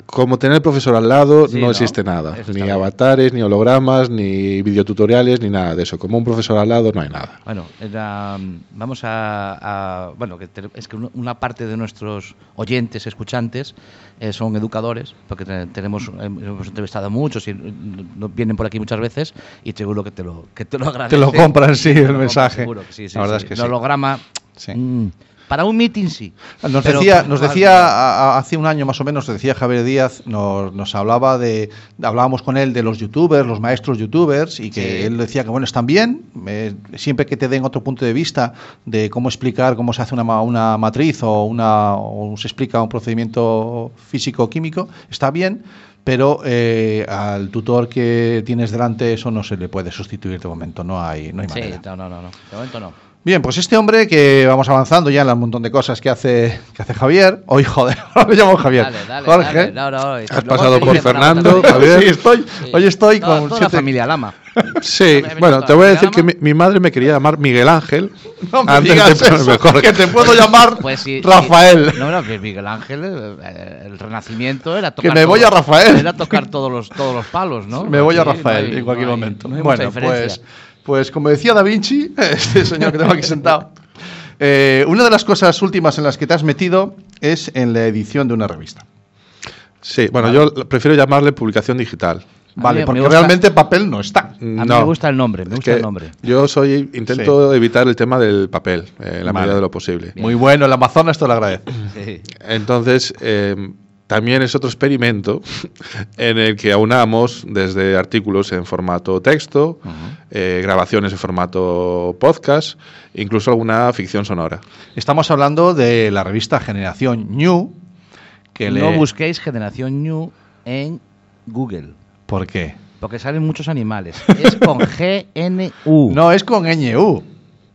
E: como tener profesor al lado
D: Sí,
E: no,
D: ¿no?
E: existe nada,
D: Eso está
E: ni
D: bien.
E: avatares, ni hologramas, ni videotutoriales, ni nada de eso. Como un profesor al lado no
D: [LAUGHS]
E: hay nada.
D: Bueno, era, mm, vamos a, a- bueno, que te- es que uno- una parte de nuestros oyentes, escuchantes, eh, son educadores, porque te- tenemos eh, hemos entrevistado a muchos y mm, no- vienen por aquí muchas veces y seguro que te lo que te lo
C: Te
D: agradecen.
C: lo compran, sí, el
D: compran,
C: mensaje.
D: seguro que sí, sí,
C: la verdad
D: sí.
C: es que
D: El holograma,
C: sí. Sí.
D: mm, para un meeting sí.
C: Nos
D: Pero-
C: decía, nos decía a- a- hace un año más o menos, nos decía Javier Díaz, nos, nos hablaba de, hablábamos con él de los youtubers, los maestros youtubers, y que
D: Sí.
C: él decía que bueno, están bien, eh, siempre que te den otro punto de vista de cómo explicar cómo se hace una, ma- una matriz o, una, o se explica un procedimiento físico-químico, está bien, pero eh, al tutor que tienes delante eso no se le puede sustituir de momento, no hay, no hay
D: Sí,
C: manera.
D: no, no, no, no. De momento no.
C: Bien, pues este hombre que vamos avanzando ya en un montón de cosas que hace, que hace Javier. Hoy, joder, [LAUGHS] ahora me llamo Javier.
D: Dale, dale,
C: Jorge.
D: dale, no, no, y
E: Has
D: luego
E: pasado
D: te
E: por
D: dicen para
E: Fernando,
D: votar.
E: Javier.
C: Sí, estoy,
D: Sí.
C: hoy estoy
D: No,
C: con
D: toda la
C: siete-
D: familia Lama.
E: Sí,
D: venido
E: bueno,
D: toda
E: te
D: la
E: voy a
D: familia
E: decir que mi,
D: Lama.
E: mi madre me quería llamar
D: [LAUGHS]
E: Miguel Ángel.
C: No me
E: antes de [LAUGHS]
C: digas eso,
E: ponerme Jorge.
C: que te puedo
E: [LAUGHS]
C: llamar
D: Pues sí,
C: Rafael.
D: sí. No, no, que Miguel Ángel, eh, el Renacimiento era
C: Que
D: tocar.
C: me voy
D: todo-
C: a Rafael.
D: Era tocar todos los, todos los palos, ¿no?
C: Me voy a
D: Sí, no
C: Rafael
D: hay-
C: en cualquier
D: no hay-
C: momento.
D: no hay mucha
C: bueno, pues,
D: diferencia.
C: pues como decía Da Vinci, [LAUGHS] este señor que tengo aquí sentado, eh, una de las cosas últimas en las que te has metido es en la edición de una revista.
E: Sí, bueno, yo la- prefiero llamarle publicación digital.
D: mí
C: Vale,
D: me
C: porque
D: gusta-
C: realmente papel no está.
D: A mí me gusta el nombre, me
E: Es
D: gusta
E: que
D: el nombre.
E: Yo soy intento evitar el tema del papel eh, en la
C: Vale.
E: medida de lo posible.
C: Muy bueno, el Amazonas te lo agradezco.
E: Entonces, eh, también es otro experimento [LAUGHS] en el que aunamos desde artículos en formato texto, eh, grabaciones en formato podcast, incluso alguna ficción sonora.
C: Estamos hablando de la revista Generación New, que
D: No
C: le...
D: busquéis Generación New en Google,
C: ¿Por qué?
D: porque salen muchos animales.
C: [LAUGHS]
D: Es con GNU.
C: No, es con ñ uh.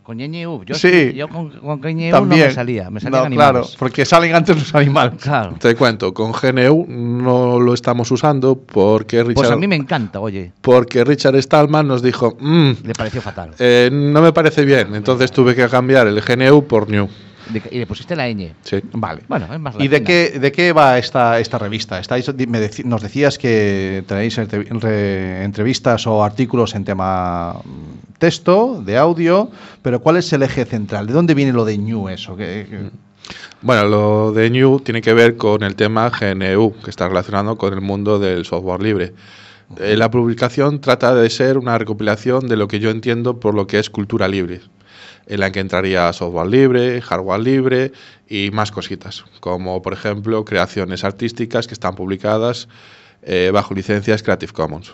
D: Con GNU. Yo,
C: Sí.
D: yo con, con
C: También.
D: GNU no me salía, me salían
C: No,
D: animales.
C: Claro, porque salen antes los animales.
D: Claro.
E: Te cuento, con GNU no lo estamos usando porque Richard,
D: Pues a mí me encanta, oye.
E: porque Richard Stallman nos dijo, "Mm,
D: Le pareció fatal.
E: eh, no me parece bien, entonces tuve que cambiar el GNU por New.
D: De- y le pusiste la ñ.
E: Sí.
C: Vale.
D: Bueno, es más
C: ¿Y de
D: latina.
C: qué, de qué va esta, esta revista? Estáis, di- me deci- nos decías que tenéis entre- re- entrevistas o artículos en tema mm, texto, de audio, pero ¿cuál es el eje central? ¿De dónde viene lo de New eso? ¿Qué- qué-
E: Bueno, lo de New tiene que ver con el tema GNU, que está relacionado con el mundo del software libre. Eh, la publicación trata de ser una recopilación de lo que yo entiendo por lo que es cultura libre, en la que entraría software libre, hardware libre y más cositas, como por ejemplo creaciones artísticas que están publicadas eh, bajo licencias Creative Commons.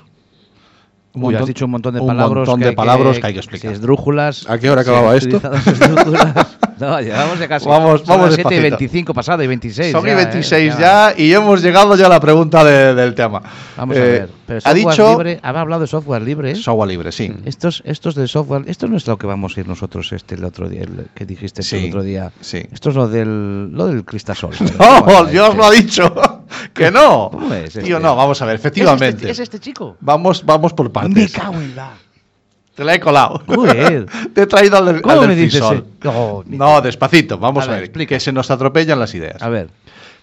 C: un
D: Uy,
C: montón-
D: has dicho un montón de
C: un
D: palabras.
C: montón de palabras que hay que explicar.
D: sí, esdrújulas.
E: ¿A qué hora
D: sí,
E: acababa esto?
C: [LAUGHS]
D: utilizadas esdrújulas. no, llevamos ya casi.
C: Vamos-
D: Son
C: vamos
D: las 7 y
C: despacito.
D: 25 pasado y 26.
C: Son y
D: ya, ¿eh?
C: 26 ya, y hemos llegado ya a la pregunta de- del tema.
D: Vamos
C: Eh,
D: a ver. Pero
C: ha
D: software
C: dicho
D: Libre, ha hablado de software libre. ¿eh?
C: software libre, sí.
D: Estos, estos de software, esto no es lo que vamos a ir nosotros este el otro día, el que dijiste tú
C: Sí,
D: Este el otro día.
C: sí.
D: Esto es lo del, lo del
C: [LAUGHS]
D: cristasol. este.
C: No, Dios lo ha dicho. [LAUGHS] Que no.
D: ¿Cómo es este?
C: Tío, no, vamos a ver, efectivamente.
D: ¿Es este, chico?
C: Vamos, vamos por
D: Me
C: partes.
D: cago en la.
C: Te la he colado.
D: Joder.
C: [LAUGHS] Te he traído al, del-
D: ¿Cómo
C: al
D: me
C: del
D: dices
C: frisol.
D: eso? No, ni-
C: No, despacito, vamos
D: A
C: a,
D: ver,
C: ver,
D: explica.
C: que se nos atropellan las ideas.
D: A ver,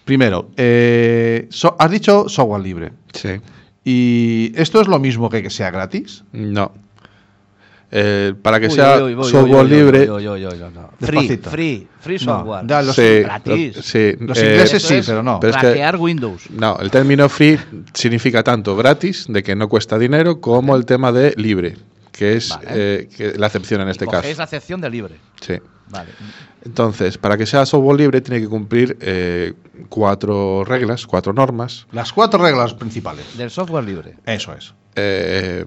C: Primero, eh, so- has dicho software libre.
E: Sí.
C: ¿Y esto es lo mismo que que sea gratis?
E: No. Eh, para que
D: Uy,
E: sea
D: uy, uy, uy, uy,
E: software
D: uy, uy,
E: libre,
D: uy, Ah, uy, uy, uy, uy, no. Free,
C: Despacito.
D: free, free
C: No,
D: software.
C: da los-
E: Sí,
D: gratis.
E: lo- sí,
C: Los
E: eh,
C: ingleses sí,
D: es
C: pero no.
E: pero es que-
D: Hackear Windows.
E: No, el término free significa tanto gratis, de que no cuesta dinero, como el tema de libre, que es
D: Vale.
E: eh, que- la excepción en este caso.
D: Es la excepción de libre.
E: Sí.
D: Vale.
E: Entonces, para que sea software libre, tiene que cumplir eh, cuatro reglas, cuatro normas.
C: Las cuatro reglas principales.
D: Del software libre.
C: Eso es.
E: Eh,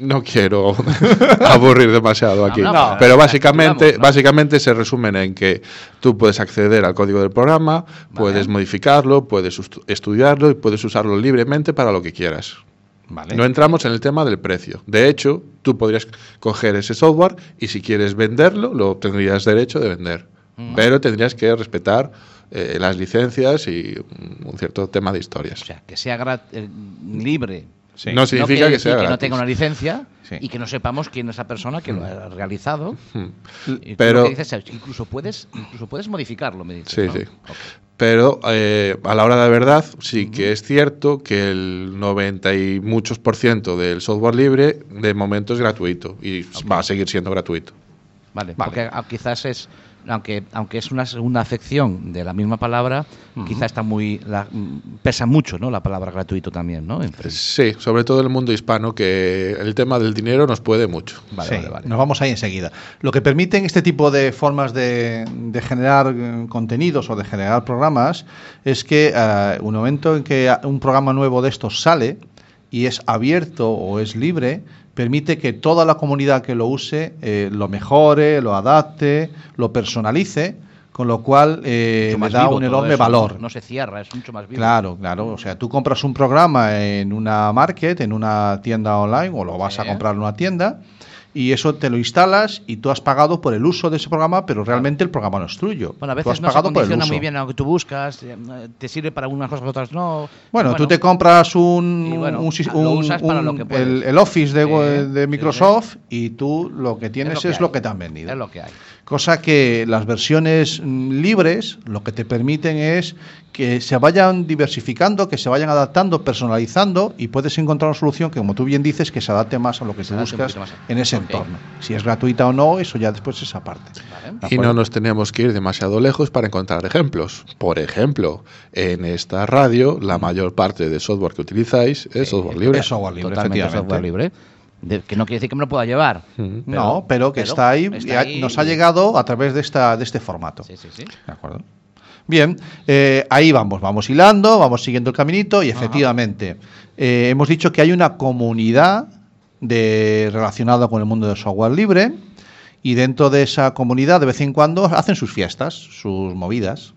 E: no quiero [LAUGHS] aburrir demasiado aquí,
D: No, no,
E: pero
D: no,
E: básicamente,
D: no.
E: básicamente se resumen en que tú puedes acceder al código del programa, puedes modificarlo, puedes estu- estudiarlo y puedes usarlo libremente para lo que quieras.
C: Vale.
E: No entramos en el tema del precio. De hecho, tú podrías coger ese software y si quieres venderlo, lo tendrías derecho de vender. Pero tendrías que respetar eh, las licencias y mm, un cierto tema de historias.
D: O sea, que sea gra- eh, libre.
C: Sí.
E: No significa
D: No quiere
E: que sea
D: decir que no
E: gratis.
D: tenga una licencia
C: Sí.
D: y que no sepamos quién es la persona que lo ha realizado. Y tú
E: Hmm. Pero-
D: lo que dices es, incluso puedes, incluso puedes modificarlo, me dices.
E: Sí,
D: ¿no?
E: sí. Pero eh, a la hora de la verdad, sí que es cierto que el 90 y muchos por ciento del software libre de momento es gratuito y va a seguir siendo gratuito.
D: Vale,
C: Vale.
D: porque ah, quizás es, aunque, aunque es una segunda afección de la misma palabra, quizás está muy, la- mm, pesa mucho, ¿no? La palabra gratuito también, ¿no? En
C: Pues,
D: fin.
E: Sí, sobre todo en el mundo hispano, que el tema del dinero nos puede mucho.
D: Vale,
C: Sí,
D: vale, vale.
C: Nos vamos ahí enseguida. Lo que permiten este tipo de formas de, de generar eh, contenidos o de generar programas es que eh, un momento en que ah, un programa nuevo de estos sale y es abierto o es libre, permite que toda la comunidad que lo use eh, lo mejore, lo adapte, lo personalice, con lo cual eh,
D: Mucho
C: le
D: más
C: da
D: vivo
C: un
D: todo
C: enorme
D: eso,
C: valor.
D: No, No se cierra, es mucho más vivo.
C: Claro, claro. O sea, tú compras un programa en una market, en una tienda online, o lo vas a
D: Sí.
C: comprar en una tienda, y eso te lo instalas y tú has pagado por el uso de ese programa, pero realmente el programa no es tuyo.
D: Bueno, a
C: tú
D: veces
C: has
D: no se
C: pagado por el
D: condiciona
C: uso.
D: muy bien a lo que tú buscas, eh, eh, te sirve para unas cosas, otras no.
C: Bueno, tú te
D: compras
C: compras un,
D: Y bueno,
C: un sis-
D: lo
C: un-
D: usas para lo que puedes.
C: el, el Office de,
D: Sí,
C: de
D: sí,
C: Microsoft y tú lo que tienes es lo que,
D: hay.
C: te han vendido.
D: Es lo que hay.
C: Cosa que las versiones mm, libres lo que te permiten es que se vayan diversificando, que se vayan adaptando, personalizando y puedes encontrar una solución que, como tú bien dices, que se adapte más a lo que tú
D: adapte un
C: buscas
D: poquito más.
C: en ese
D: Ok.
C: entorno. Si es gratuita o no, eso ya después es aparte.
D: Vale.
C: ¿De
E: Y
C: acuerdo?
E: no nos tenemos que ir demasiado lejos para encontrar ejemplos. Por ejemplo, en esta radio, la mayor parte de software que utilizáis es software libre.
C: es software libre,
D: Totalmente
C: efectivamente.
D: software libre. De- que no quiere decir que me lo pueda llevar.
E: Mm.
C: no, pero que está, ahí, y ha- nos ha llegado a través de, esta, de este formato.
D: Sí, sí, sí.
C: ¿De acuerdo? Bien, eh, ahí vamos, vamos hilando, vamos siguiendo el caminito y efectivamente eh, hemos dicho que hay una comunidad de, relacionada con el mundo del software libre y dentro de esa comunidad de vez en cuando hacen sus fiestas, sus movidas.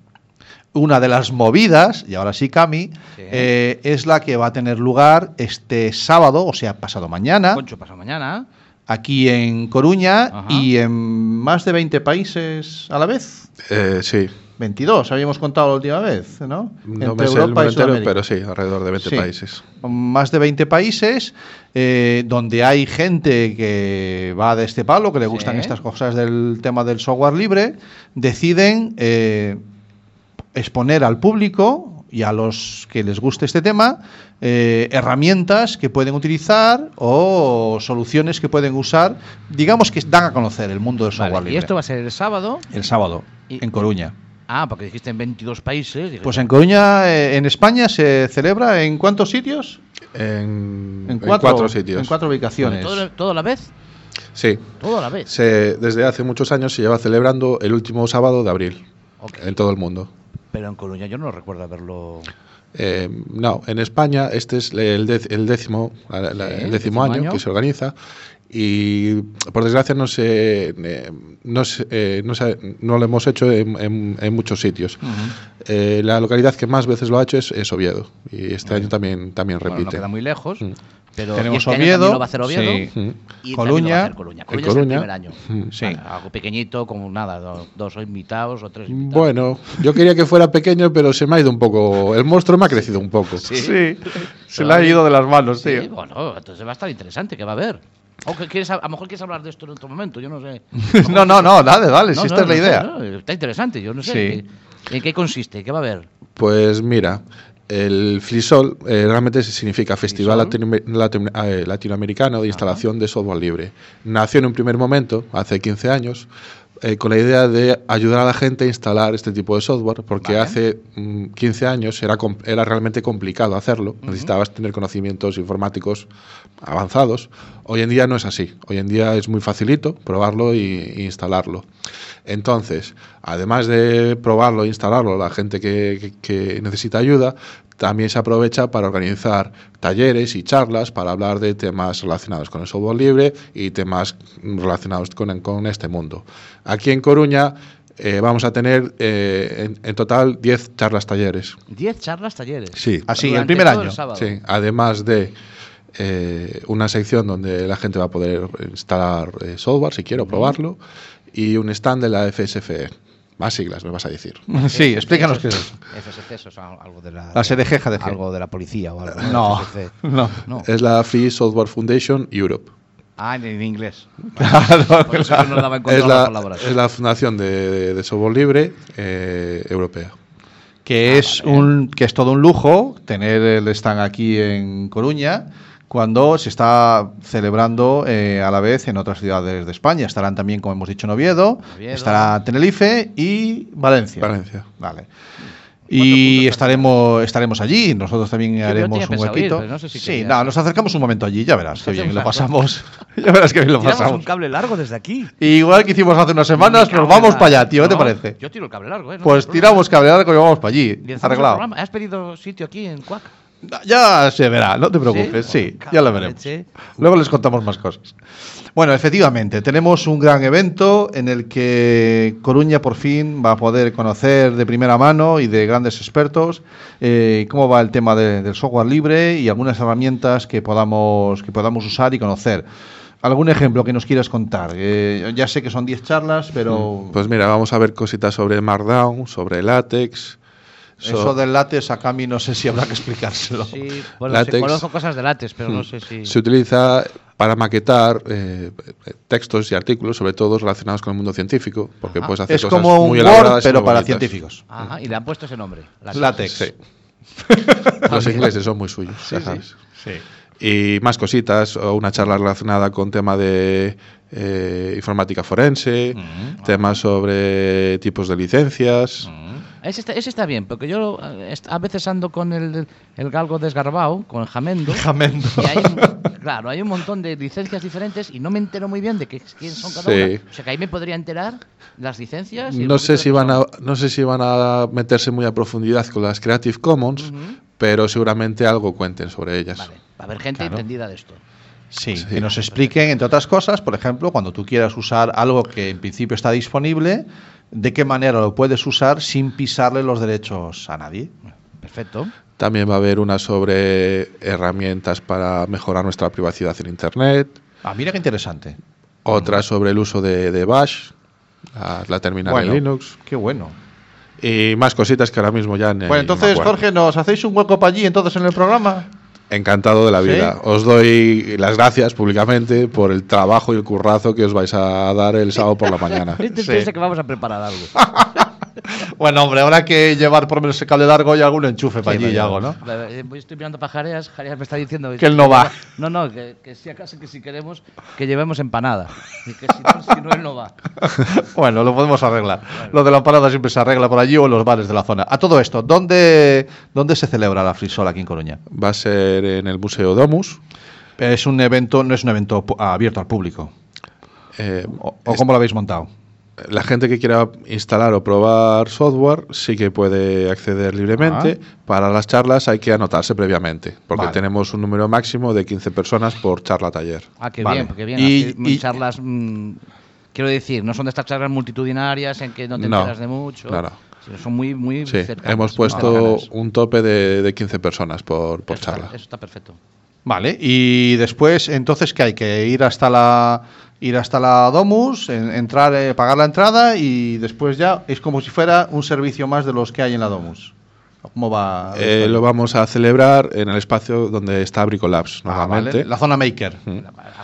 C: Una de las movidas, y ahora sí Cami, eh, es la que va a tener lugar este sábado, o sea, pasado mañana,
D: Concho pasa mañana.
C: aquí en Coruña
D: Ajá.
C: y en más de 20 países a la vez.
E: Eh, sí.
C: 22, habíamos contado la última vez, ¿no?
E: No me sé el número entero, pero sí, alrededor de 20
C: Sí.
E: países.
C: Más de 20 países eh, donde hay gente que va de este palo, que le gustan
D: Sí.
C: estas cosas del tema del software libre, deciden eh, exponer al público y a los que les guste este tema eh, herramientas que pueden utilizar o soluciones que pueden usar, digamos que dan a conocer el mundo del software
D: Vale, y
C: Pues libre.
D: esto va a ser el sábado.
C: El sábado,
D: Y-
C: en Coruña.
D: Ah, porque dijiste en 22 países. dije,
C: Pues en Coruña, eh, en España, se celebra en cuántos sitios?
E: En,
C: En
E: en
C: cuatro,
E: sitios.
C: En cuatro ubicaciones.
D: ¿todo, todo a la vez?
E: Sí.
D: Todo a la vez.
E: Se- desde hace muchos años se lleva celebrando el último sábado de abril
D: Ok.
E: en todo el mundo.
D: Pero en Coruña yo no recuerdo haberlo.
E: Eh, no, en España este es el, dec- el décimo, la- la- el décimo,
D: décimo
E: año,
D: año.
E: que se organiza y por desgracia no se, eh, no, se- eh, no, se- no lo hemos hecho en, en- en muchos sitios. Eh, la localidad que más veces lo ha hecho es, es Oviedo y este año también, también
D: Bueno, no
E: repite.
D: queda muy lejos.
E: Mm.
D: Pero
C: Tenemos
D: y este año
C: Oviedo,
D: también lo va a hacer Oviedo.
C: sí.
D: Y
E: Mm.
D: también
C: Coruña,
D: lo va a hacer Coruña.
E: en
D: Coruña, es el
E: Coruña.
D: primer año.
E: Mm,
C: sí.
D: Vale, algo pequeñito, como nada, do- dos invitados o tres
C: Mm,
D: invitados.
E: Bueno, yo quería que fuera pequeño, pero se me ha ido un poco. El monstruo me ha crecido un poco.
C: Sí, [LAUGHS] se le ha ido de las manos,
D: Sí,
C: tío.
D: bueno, entonces va a estar interesante, que va a haber. O que quieres, a, a lo mejor quieres hablar de esto en otro momento, yo no
C: [LAUGHS]
D: sé.
C: No, no, no, dale, dale,
D: No,
C: si
D: no,
C: esta es la
D: no sé,
C: idea.
D: no, está interesante, yo no sé.
C: Sí.
D: qué- ¿En qué consiste? ¿Qué va a haber?
E: Pues mira, el FLISOL eh, realmente significa Festival Latinoamer- Latino- eh, Latinoamericano de Instalación de Software Libre. Nació en un primer momento, hace 15 años, eh, con la idea de ayudar a la gente a instalar este tipo de software, porque hace mm, 15 años era, com- era realmente complicado hacerlo, necesitabas tener conocimientos informáticos avanzados. Hoy en día no es así, hoy en día es muy facilito probarlo y- e instalarlo. Entonces, además de probarlo e instalarlo, la gente que, que- que necesita ayuda también se aprovecha para organizar talleres y charlas para hablar de temas relacionados con el software libre y temas relacionados con, con este mundo. Aquí en Coruña eh, vamos a tener eh, en, en total 10 charlas talleres.
D: 10 charlas talleres.
E: Sí,
C: Así, el
D: Durante
C: primer
D: todo el
C: año.
D: sábado.
E: Sí, además de eh, una sección donde la gente va a poder instalar eh, software si quiere o probarlo y un stand de la FSFE. E. Más siglas, me vas a decir.
C: Sí, explícanos qué es eso.
D: FSC, eso es algo de la.
C: La SDG, JDG.
D: Algo de la policía o algo.
C: No,
D: [LAUGHS] FSC.
C: no. [LAUGHS]
D: no.
E: Es la Free E Software Foundation Europe.
D: Ah, en,
C: [LAUGHS]
D: en inglés.
C: Claro,
D: Por eso yo no daba en
E: Es
D: contra las
E: la,
D: palabras.
E: es la Fundación de, de Software Libre eh, Europea.
D: Ah,
C: que es un que es todo un lujo tener el stand aquí en Coruña cuando se está celebrando eh, a la vez en otras ciudades de España. Estarán también, como hemos dicho, en Oviedo,
D: Oviedo.
C: estará Tenerife y Valencia.
E: Valencia.
C: Vale. Y estaremos estaremos allí. Nosotros también
D: yo
C: haremos
D: tenía
C: un
D: pensado ir,
C: huequito.
D: pero no sé si
C: sí,
D: querías.
C: no, nos acercamos un momento allí, ya verás que
D: Hacemos
C: bien lo
D: una
C: pasamos. [LAUGHS] ya verás que bien lo
D: Tiramos
C: pasamos.
D: un cable largo desde aquí.
C: Igual que hicimos hace unas semanas, nos vamos para allá, tío, ¿qué te
D: No,
C: parece?
D: Yo tiro el cable largo, ¿eh? No
C: Pues
D: te
C: tiramos cable largo y vamos para allí.
D: preocupes. Y hacemos el
C: Arreglado.
D: programa. ¿Has pedido sitio aquí en Cuac?
C: Ya se verá, no te preocupes, sí,
D: Joder,
C: ya lo
D: cabrón,
C: veremos.
D: leche.
C: Luego les contamos más cosas. Bueno, efectivamente, tenemos un gran evento en el que Coruña por fin va a poder conocer de primera mano y de grandes expertos eh, cómo va el tema de- del software libre y algunas herramientas que podamos, que podamos usar y conocer. ¿Algún ejemplo que nos quieras contar? Eh, ya sé que son 10 charlas, pero
D: Uh.
E: Pues mira, vamos a ver cositas sobre Markdown, sobre látex. so-
C: eso del látex a Cami no sé si habrá que explicárselo.
D: Sí, bueno,
E: Látex.
D: sí, conozco cosas de látex, pero
C: Mm.
D: no sé si.
E: Se utiliza para maquetar eh, textos y artículos, sobre todo relacionados con el mundo científico, porque
D: Ajá.
E: puedes hacer
C: Es
E: cosas
C: como un
E: muy
C: Word,
E: elaboradas y
C: pero
E: muy
C: para
E: bonitas.
C: científicos.
D: Ajá, y le han puesto ese nombre.
C: Látex. [LAUGHS]
E: Sí. Los ingleses son muy suyos, ya sabes.
C: Sí.
E: Y más cositas, o una charla relacionada con tema de eh, informática forense, temas sobre tipos de licencias.
D: Ese está, ese está bien, porque yo eh, est- a veces ando con el, el galgo desgarbado, con el jamendo.
C: Jamendo.
D: Y
C: [LAUGHS]
D: hay un- claro, hay un montón de licencias diferentes y no me entero muy bien de qué, quién son cada
E: Sí.
D: una. O sea, que ahí me podría enterar las licencias. y un
E: No sé,
D: poquito
E: si
D: de-
E: van a, no sé si van a meterse muy a profundidad con las Creative Commons, pero seguramente algo cuenten sobre ellas.
D: Vale, va a haber gente entendida de esto.
C: Sí,
E: Sí.
C: que nos expliquen, entre otras cosas, por ejemplo, cuando tú quieras usar algo que en principio está disponible, de qué manera lo puedes usar sin pisarle los derechos a nadie. [LAUGHS]
D: Perfecto.
E: También va a haber una sobre herramientas para mejorar nuestra privacidad en Internet,
C: Ah, mira qué interesante.
E: otra sobre el uso de, de Bash, la, la terminal
C: Bueno,
E: en Linux.
C: Qué bueno.
E: Y más cositas que ahora mismo ya. ni-
C: Pues
E: me
C: entonces,
E: acuerdo.
C: Jorge, ¿nos hacéis un hueco para allí entonces en el programa?
E: Encantado de la
C: ¿Sí?
E: vida. Os doy las gracias públicamente por el trabajo y el currazo que os vais a dar el sábado por la
C: [LAUGHS]
E: mañana.
D: Gente
C: Sí.
D: Este piensa que vamos a preparar algo.
C: Bueno, hombre, habrá que llevar por lo menos el cable largo y algún enchufe para
D: Sí,
C: allí [LAUGHS] y
D: vaya.
C: algo, ¿no?
D: Eh, voy- Estoy mirando para Jareas, Jareas me está diciendo
C: Que él no va.
D: [LAUGHS] No, no, que, que si acaso que si queremos que llevemos empanada. Y que si no, si no, él no va.
C: [LAUGHS] Bueno, lo podemos arreglar. Lo de la parada siempre se arregla por allí o en los bares de la zona. A todo esto, ¿dónde, dónde se celebra la frisola aquí en Coruña?
E: Va a ser en el Museo Domus.
C: Es un evento, no es un evento pu- abierto al público.
E: Eh,
C: ¿O, o cómo lo habéis montado?
E: La gente que quiera instalar o probar software sí que puede acceder libremente. Para las charlas hay que anotarse previamente, porque
C: Ah. Vale.
E: tenemos un número máximo de 15 personas por charla taller.
D: Ah, qué
C: Vale.
D: bien, porque bien.
C: Y-
D: así,
C: y-
D: charlas. mm, quiero decir, no son de estas charlas multitudinarias en que no te
E: No,
D: enteras de mucho.
E: no, no.
D: sino Son muy, muy
E: Sí,
D: cercanas,
E: hemos
D: muy
E: puesto
D: cercanas.
E: un tope de, de 15 personas por, por
D: Eso está-
E: charla.
D: eso está perfecto.
C: Vale, y después, entonces, ¿qué hay? Que ir hasta la ir hasta la Domus, en- entrar, eh, pagar la entrada y después ya es como si fuera un servicio más de los que hay en la Domus. ¿Cómo va? la
E: Eh,
C: historia?
E: lo vamos a celebrar en el espacio donde está Bricolabs,
C: Ah, vale.
E: normalmente.
C: La zona maker.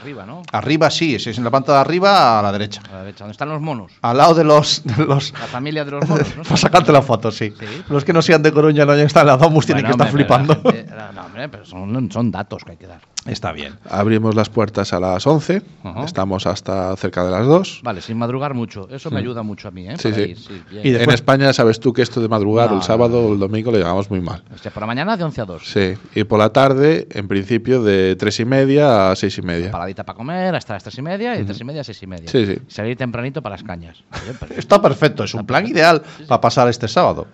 D: Arriba, ¿no?
C: Arriba sí, si es en la planta de arriba a la derecha.
D: A la derecha, donde están los monos.
C: Al lado de los... de
D: [LAUGHS]
C: los
D: La familia de
E: [LAUGHS]
D: los monos. ¿no?
C: para sacarte la foto, sí.
D: Sí.
C: Los que no sean de Coruña no hayan estado en la Domus tienen que
D: Bueno,
C: estar
D: hombre, pero la
C: flipando.
D: gente- la- no, hombre, pero son, son datos que hay que dar.
C: [LAUGHS] Está bien.
E: Abrimos las puertas a las 11,
C: Ajá.
E: estamos hasta cerca de las 2.
D: Vale, sin madrugar mucho. Eso me ayuda mucho a mí, ¿eh?
E: Sí,
D: Para
E: sí.
D: ir, bien.
C: Y
E: En
C: después- Ah.
E: España sabes tú que esto de madrugar
D: No,
E: el sábado o el domingo lo llevamos muy mal.
D: O sea, por la mañana de 11 a 2.
E: Sí, y por la tarde, en principio, de tres y media a seis y media.
D: Paradita para comer hasta las 3 y media y de 3 y media a 6 y media.
E: Sí, sí.
D: Salir tempranito para las cañas. Oye, pues, perfecto.
C: Está perfecto, es un plan ideal para pasar este sábado.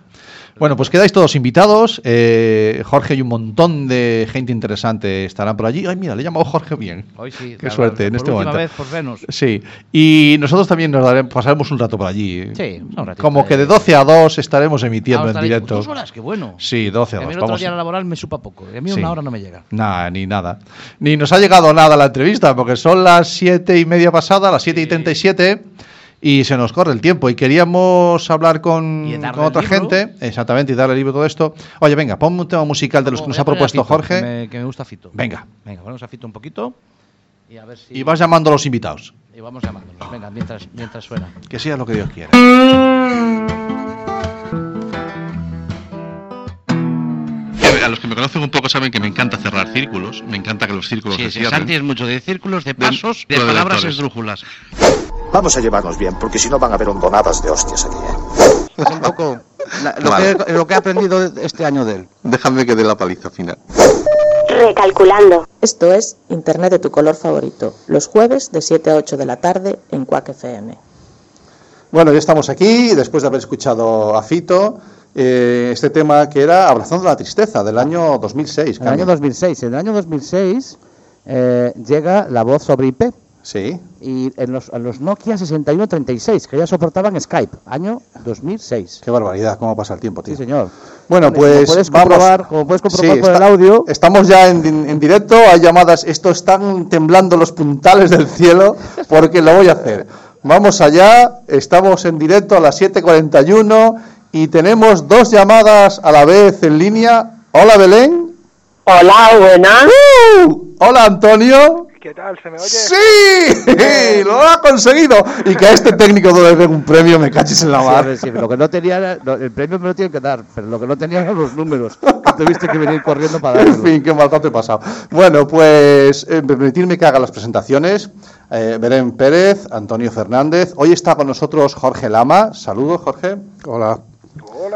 C: Bueno, pues quedáis todos invitados. eh, Jorge y un montón de gente interesante estarán por allí. Ay, mira, le he llamado Jorge bien.
D: Hoy sí.
C: Qué
D: la-
C: suerte en
D: por
C: este
D: última
C: momento.
D: vez por Venus.
C: Sí, y nosotros también nos daremos, pasaremos un rato por allí.
D: Sí, un ratito Ah,
C: Como
D: de-
C: que de 12 a 2 estaremos
D: Vamos
C: emitiendo
D: a
C: en
D: estar ahí
C: directo.
D: Dos horas, qué bueno.
C: Sí, 12 a
D: a mí
C: 2.
D: el otro
C: Vamos.
D: día la laboral me supa poco. y A mí
C: Sí.
D: una hora no me llega.
C: Nada, ni nada. Ni nos ha llegado nada la entrevista, porque son las siete y media pasada, las siete y treinta y siete, y se nos corre el tiempo. Y queríamos hablar con,
D: Y darle
C: con otra
D: el libro.
C: gente, exactamente, y darle el libro todo esto. Oye, venga, ponme un tema musical de los que
D: Voy
C: nos
D: a
C: ha
D: poner a
C: propuesto
D: Fito,
C: Jorge,
D: Que me, que me gusta Fito.
C: Venga.
D: Venga, ponemos a Fito un poquito. Y a ver si.
C: y vas llamando a los invitados.
D: y vamos llamándonos. Venga, mientras, mientras suena.
C: Que sea lo que Dios quiera.
G: A los que me conocen un poco saben que me encanta cerrar círculos, me encanta que los círculos se cierren.
H: es mucho de círculos, de
G: pasos, de palabras
H: esdrújulas.
I: Vamos a llevarnos bien, porque si no van a haber hondonadas de hostias aquí. ¿eh?
J: Es un poco la- lo,
H: Vale.
J: que, lo que he aprendido este año de él.
H: Déjame que dé la paliza final.
K: Recalculando.
B: Esto es Internet de tu color favorito, los jueves de 7 a 8 de la tarde en Quack FM.
C: Bueno, ya estamos aquí, después de haber escuchado a Fito, eh, este tema que era Abrazando la Tristeza, del año 2006.
J: En el año
C: Carmen.
J: 2006. En el año 2006 eh, llega la voz sobre IP.
C: Sí.
J: Y en los, en los Nokia 6136, que ya soportaban Skype, año 2006.
C: Qué barbaridad, cómo pasa el tiempo, tío.
J: Sí, señor.
C: Bueno,
J: Vale,
C: pues
J: Como puedes
C: vamos.
J: comprobar, como puedes comprobar
C: Sí,
J: por
C: está-
J: el audio,
C: Estamos ya en, en directo, hay llamadas. Esto están temblando los puntales del cielo porque lo voy a hacer. Vamos allá, estamos en directo a las 7.41 y tenemos dos llamadas a la vez en línea. Hola Belén.
K: Hola, buenas.
C: ¡Uh! Hola Antonio. ¿Qué tal? ¿Se me oye? ¡Sí! [LAUGHS] ¡Lo ha conseguido! Y que a este técnico no le den un premio, me caches en la
J: Sí, a
C: madre.
J: ver, sí, lo que no tenía, era- lo- el premio me lo tienen que dar, pero lo que no tenía eran los números. que Tuviste que venir corriendo
C: [LAUGHS]
J: para
C: En
J: darlo.
C: fin, qué maltrato he pasado. Bueno, pues eh, permitidme que haga las presentaciones. Eh, Belén Pérez, Antonio Fernández. Hoy está con nosotros Jorge Lama. Saludos, Jorge. Hola. Hola.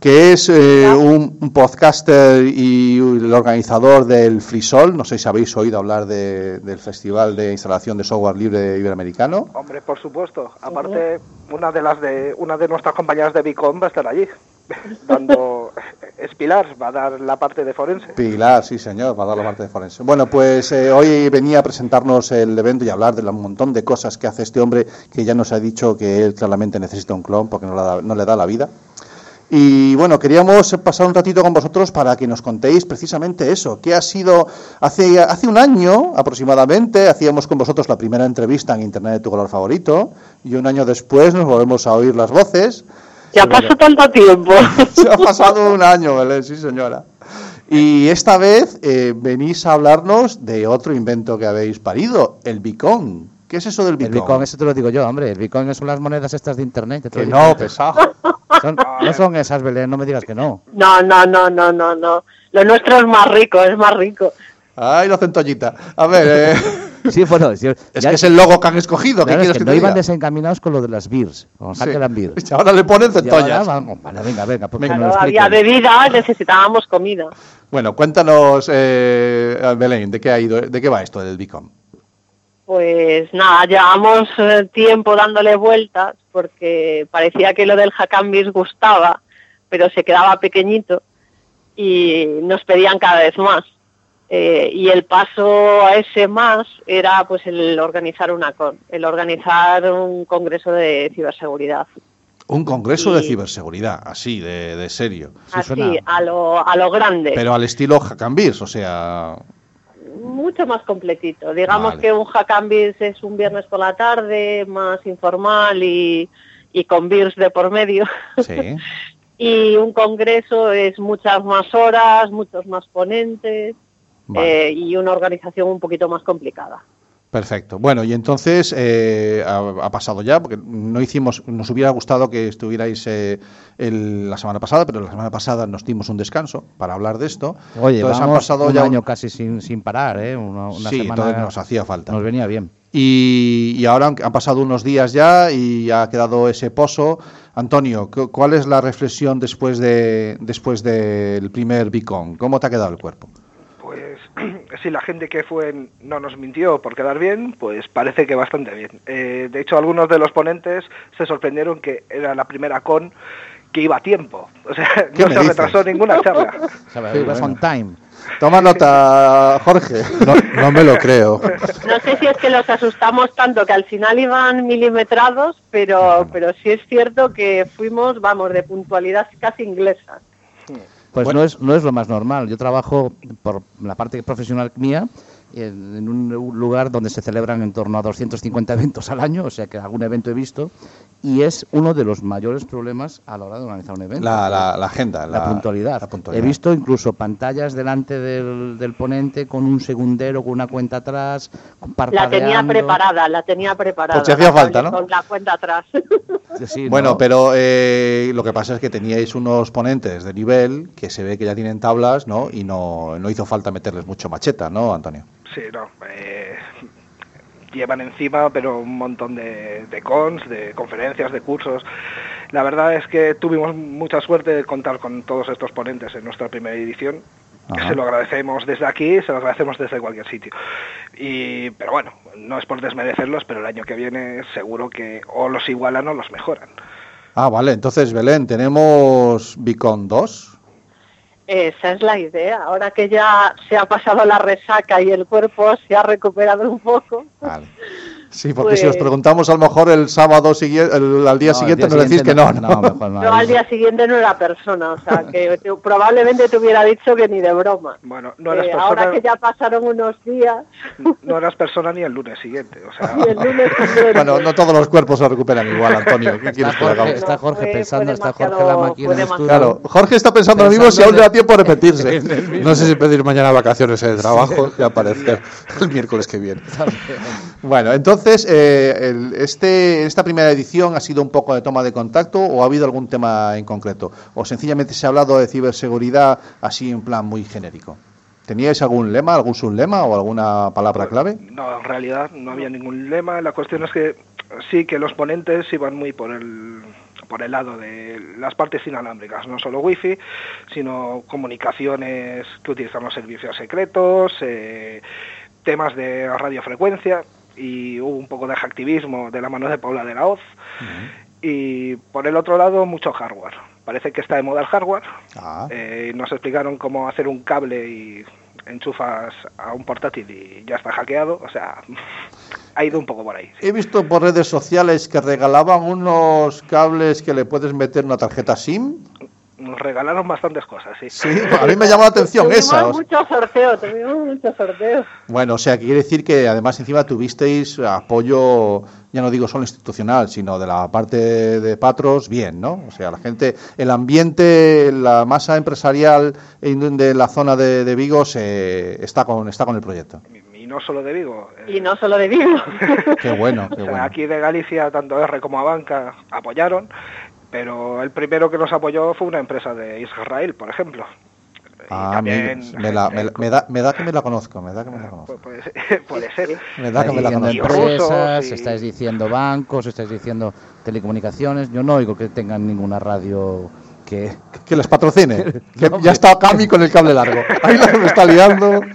C: Que es eh, un, un podcaster y el organizador del FreeSol. No sé si habéis oído hablar de- del Festival de Instalación de Software Libre Iberoamericano.
L: Hombre, por supuesto. Aparte, una de las de una de nuestras compañeras de Bicom va a estar allí, dando es Pilar, va a dar la parte de forense.
C: Pilar, sí señor, va a dar la parte de forense. Bueno, pues eh, hoy venía a presentarnos el evento y hablar de un montón de cosas que hace este hombre que ya nos ha dicho que él claramente necesita un clon porque no, la da- no le da la vida. Y bueno, queríamos pasar un ratito con vosotros para que nos contéis precisamente eso. ¿Qué ha sido hace, hace un año aproximadamente? Hacíamos con vosotros la primera entrevista en Internet de tu color favorito y un año después nos volvemos a oír las voces.
K: Ya pasó tanto tiempo. [LAUGHS]
C: Se ha pasado un año, Belén, sí, señora. Y esta vez eh, venís a hablarnos de otro invento que habéis parido, el bicón. ¿Qué es eso del
D: El
C: bicón?
D: Bitcoin, eso te lo digo yo, hombre. El Bitcoin son las monedas estas de internet. te lo
C: Que
D: digo
C: no,
D: yo.
C: pesado. [LAUGHS]
D: Son- no son esas, Belén, no me digas que no.
K: No, no, no, no, no, no. Lo nuestro es más rico, es más rico.
C: Ay, la centollita. A ver,
D: [LAUGHS]
C: eh.
D: Sí, bueno, es
C: que es el logo que han escogido. ¿Qué
D: Claro, es
C: quieres
D: que
C: que
D: no
C: te
D: iban
C: diga?
D: desencaminados con lo de las beers, con
C: Sí.
D: Hacker and Beer.
C: [LAUGHS] Y ahora le ponen
D: Y ahora
C: centollas.
D: vamos, vale, venga, venga, ¿por qué
K: Claro,
D: no lo
K: había
D: explico?
K: bebida, necesitábamos comida.
C: Bueno, cuéntanos, eh, Belén, ¿de qué, ha ido, ¿de qué va esto del Bicom?
K: Pues nada, llevamos eh, tiempo dándole vueltas porque parecía que lo del Jacambis gustaba, pero se quedaba pequeñito y nos pedían cada vez más. Eh, y el paso a ese más era pues el organizar una con, el organizar un congreso de ciberseguridad.
C: Un congreso de ciberseguridad, así, de, de serio.
K: Así, a lo, a lo grande.
C: Pero al estilo Hackambis, o sea...
K: mucho más completito. Digamos que un Hackambis es un viernes por la tarde, más informal y, y con beers de por medio. [LAUGHS]
C: Sí.
K: y un congreso es muchas más horas, muchos más ponentes eh, y una organización un poquito más complicada.
C: Perfecto. Bueno, y entonces eh, ha, ha pasado ya, porque no hicimos, nos hubiera gustado que estuvierais eh, el- la semana pasada, pero la semana pasada nos dimos un descanso para hablar de esto.
D: Oye,
C: entonces
D: vamos
C: han pasado
D: un
C: ya
D: año casi sin, sin parar, ¿eh? Una, una
C: sí,
D: semana...
C: entonces nos hacía falta.
D: Nos venía bien.
C: Y, y ahora han, han pasado unos días ya y ha quedado ese pozo. Antonio, cu- ¿cuál es la reflexión después de después del primer Bicon? ¿Cómo te ha quedado el cuerpo?
L: Pues [CLEARS THROAT] si la gente que fue no nos mintió por quedar bien, pues parece que bastante bien. Eh, de hecho, algunos de los ponentes se sorprendieron que era la primera con que iba a tiempo. O sea,
C: ¿Qué
L: no
C: me
L: se
C: dices?
L: retrasó ninguna charla.
C: [LAUGHS] Sí,
D: ibas
C: bueno.
D: on time.
C: Toma nota, Jorge. No, me lo
D: [LAUGHS]
C: creo.
K: No sé si es que los asustamos tanto que al final iban milimetrados, pero, pero sí es cierto que fuimos, vamos, de puntualidad casi inglesa.
D: Pues no, es, no es lo más normal. Yo trabajo por la parte profesional mía en, en un lugar donde se celebran en torno a 250 eventos al año, o sea que algún evento he visto, y es uno de los mayores problemas a la hora de organizar un evento.
C: La, la- la agenda,
D: La puntualidad.
C: la puntualidad.
D: He visto incluso pantallas delante del, del ponente con un segundero, con una cuenta atrás, con
K: La tenía
D: parpadeando.
K: preparada, la tenía preparada.
C: Por si Pues hacía
K: la
C: falta,
K: tablet
C: ¿no?
K: Con la cuenta atrás.
C: Bueno, pero eh, lo que pasa es que teníais unos ponentes de nivel que se ve que ya tienen tablas, ¿no? Y no, no hizo falta meterles mucho macheta, ¿no, Antonio?
L: Sí, no. eh, llevan encima, pero un montón de, de cons, de conferencias, de cursos. La verdad es que tuvimos mucha suerte de contar con todos estos ponentes en nuestra primera edición.
C: Ajá.
L: Se lo agradecemos desde aquí, se lo agradecemos desde cualquier sitio. Y, pero bueno, no es por desmerecerlos, pero el año que viene seguro que o los igualan o los mejoran.
C: Ah, vale, entonces Belén, tenemos Bicon 2.
K: Esa es la idea. Ahora que ya se ha pasado la resaca y el cuerpo se ha recuperado un poco,
C: Sí, porque si
K: Pues-
C: os preguntamos a lo mejor el sábado siguiente, al día
D: No, el
C: siguiente
D: día
C: nos decís
D: siguiente
C: que no,
D: no,
C: ¿no?
D: no, mejor
K: yo al día siguiente no era persona. O sea,
C: [LAUGHS]
K: que te- probablemente te hubiera dicho que ni de broma.
L: Bueno, no eras
K: Eh,
L: persona-
K: ahora que ya pasaron unos días,
L: No eras persona ni el lunes siguiente. O
K: [LAUGHS]
L: sea,
K: y el lunes siguiente
C: Ah. [LAUGHS] Bueno, no todos los cuerpos se recuperan igual, Antonio. ¿Qué quieres que le
D: Jorge,
C: hagamos?
D: está Jorge pensando, está Jorge la
K: pues, demasiado-
D: máquina. en el estudio.
C: Claro, Jorge está pensando ahora mismo si aún le da tiempo a
D: [LAUGHS]
C: repetirse.
E: No sé si pedir mañana vacaciones en el trabajo
D: [LAUGHS]
E: y aparecer el miércoles que viene.
C: Bueno, entonces, eh, el- este, esta primera edición ha sido un poco de toma de contacto o ha habido algún tema en concreto? ¿O sencillamente se ha hablado de ciberseguridad así en plan muy genérico? ¿Teníais algún lema, algún sublema o alguna palabra clave?
L: No, en realidad no había ningún lema. La cuestión es que sí que los ponentes iban muy por el por el lado de las partes inalámbricas, no solo wifi, sino comunicaciones que utilizan los servicios secretos, eh, temas de radiofrecuencia y hubo un poco de hacktivismo de la mano de Paula de la Hoz y por el otro lado mucho hardware. Parece que está de moda el hardware.
D: Ah,
L: Eh, nos explicaron cómo hacer un cable y enchufas a un portátil y ya está hackeado. O sea, [LAUGHS] ha ido un poco por ahí.
C: He visto por redes sociales que regalaban unos cables que le puedes meter una tarjeta SIM.
L: Mm, nos regalaron bastantes cosas, sí.
C: Sí, a mí me llamó la atención
K: Tuvimos
C: esa. o sea.
K: muchos sorteos, tuvimos muchos sorteos.
C: Bueno, o sea, que quiere decir que además encima tuvisteis apoyo, ya no digo solo institucional, sino de la parte de Patros, bien, ¿no? O sea, la gente, el ambiente, la masa empresarial en- de la zona de, de Vigo se, está, con, está con el proyecto.
L: Y no solo de Vigo. eh,
K: Y no solo de Vigo.
C: Qué bueno, qué
L: [LAUGHS] o sea,
C: bueno.
L: Aquí de Galicia, tanto R como Abanca apoyaron, pero el primero que nos apoyó fue una empresa de Israel, por ejemplo.
C: Ah,
L: también-
C: amigos, me, la- me la- me da, me da que me la conozco, me da que me la conozco.
L: Puede Pues, [LAUGHS] puede ser.
C: Me da que me la
D: diciendo
C: conozco.
D: empresas, estáis diciendo bancos, estáis diciendo telecomunicaciones. Yo no oigo que tengan ninguna radio que...
C: Que les patrocine. Que
D: No,
C: ya está Cami con el cable largo. Ahí la que me está liando. [LAUGHS]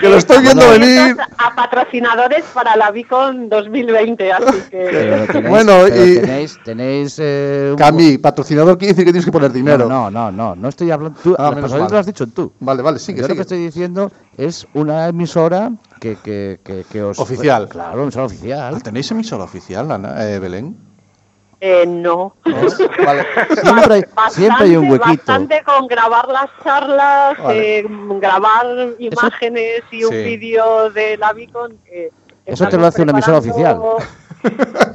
C: Que lo estoy viendo
K: Bueno,
C: venir.
K: A patrocinadores para la Vicon 2020, así
D: Pero
K: que...
D: tenéis-
C: Bueno,
D: pero
C: y-
D: tenéis, tenéis eh, un-
C: Cami, patrocinador quiere decir que tienes que poner dinero.
D: No, no, no, no estoy hablando. Tú,
C: Ah,
D: la
C: menos
D: persona
C: mal.
D: lo has dicho tú.
C: Vale, vale, sigue,
D: Yo lo
C: sigue.
D: que estoy diciendo es una emisora que, que, que, que os.
C: Oficial.
D: Claro, emisora oficial.
E: ¿Ah?
C: ¿Tenéis emisora oficial, Ana, eh, Belén?
K: Eh, no. [LAUGHS]
C: Vale.
D: Siempre hay- siempre hay un
K: Bastante-
D: huequito.
K: Bastante con grabar las charlas,
D: Vale.
K: eh, grabar imágenes y un
D: Sí.
K: vídeo de la Vicon. eh, que
D: Eso te lo
K: estamos
D: hace una emisora oficial.
K: preparando,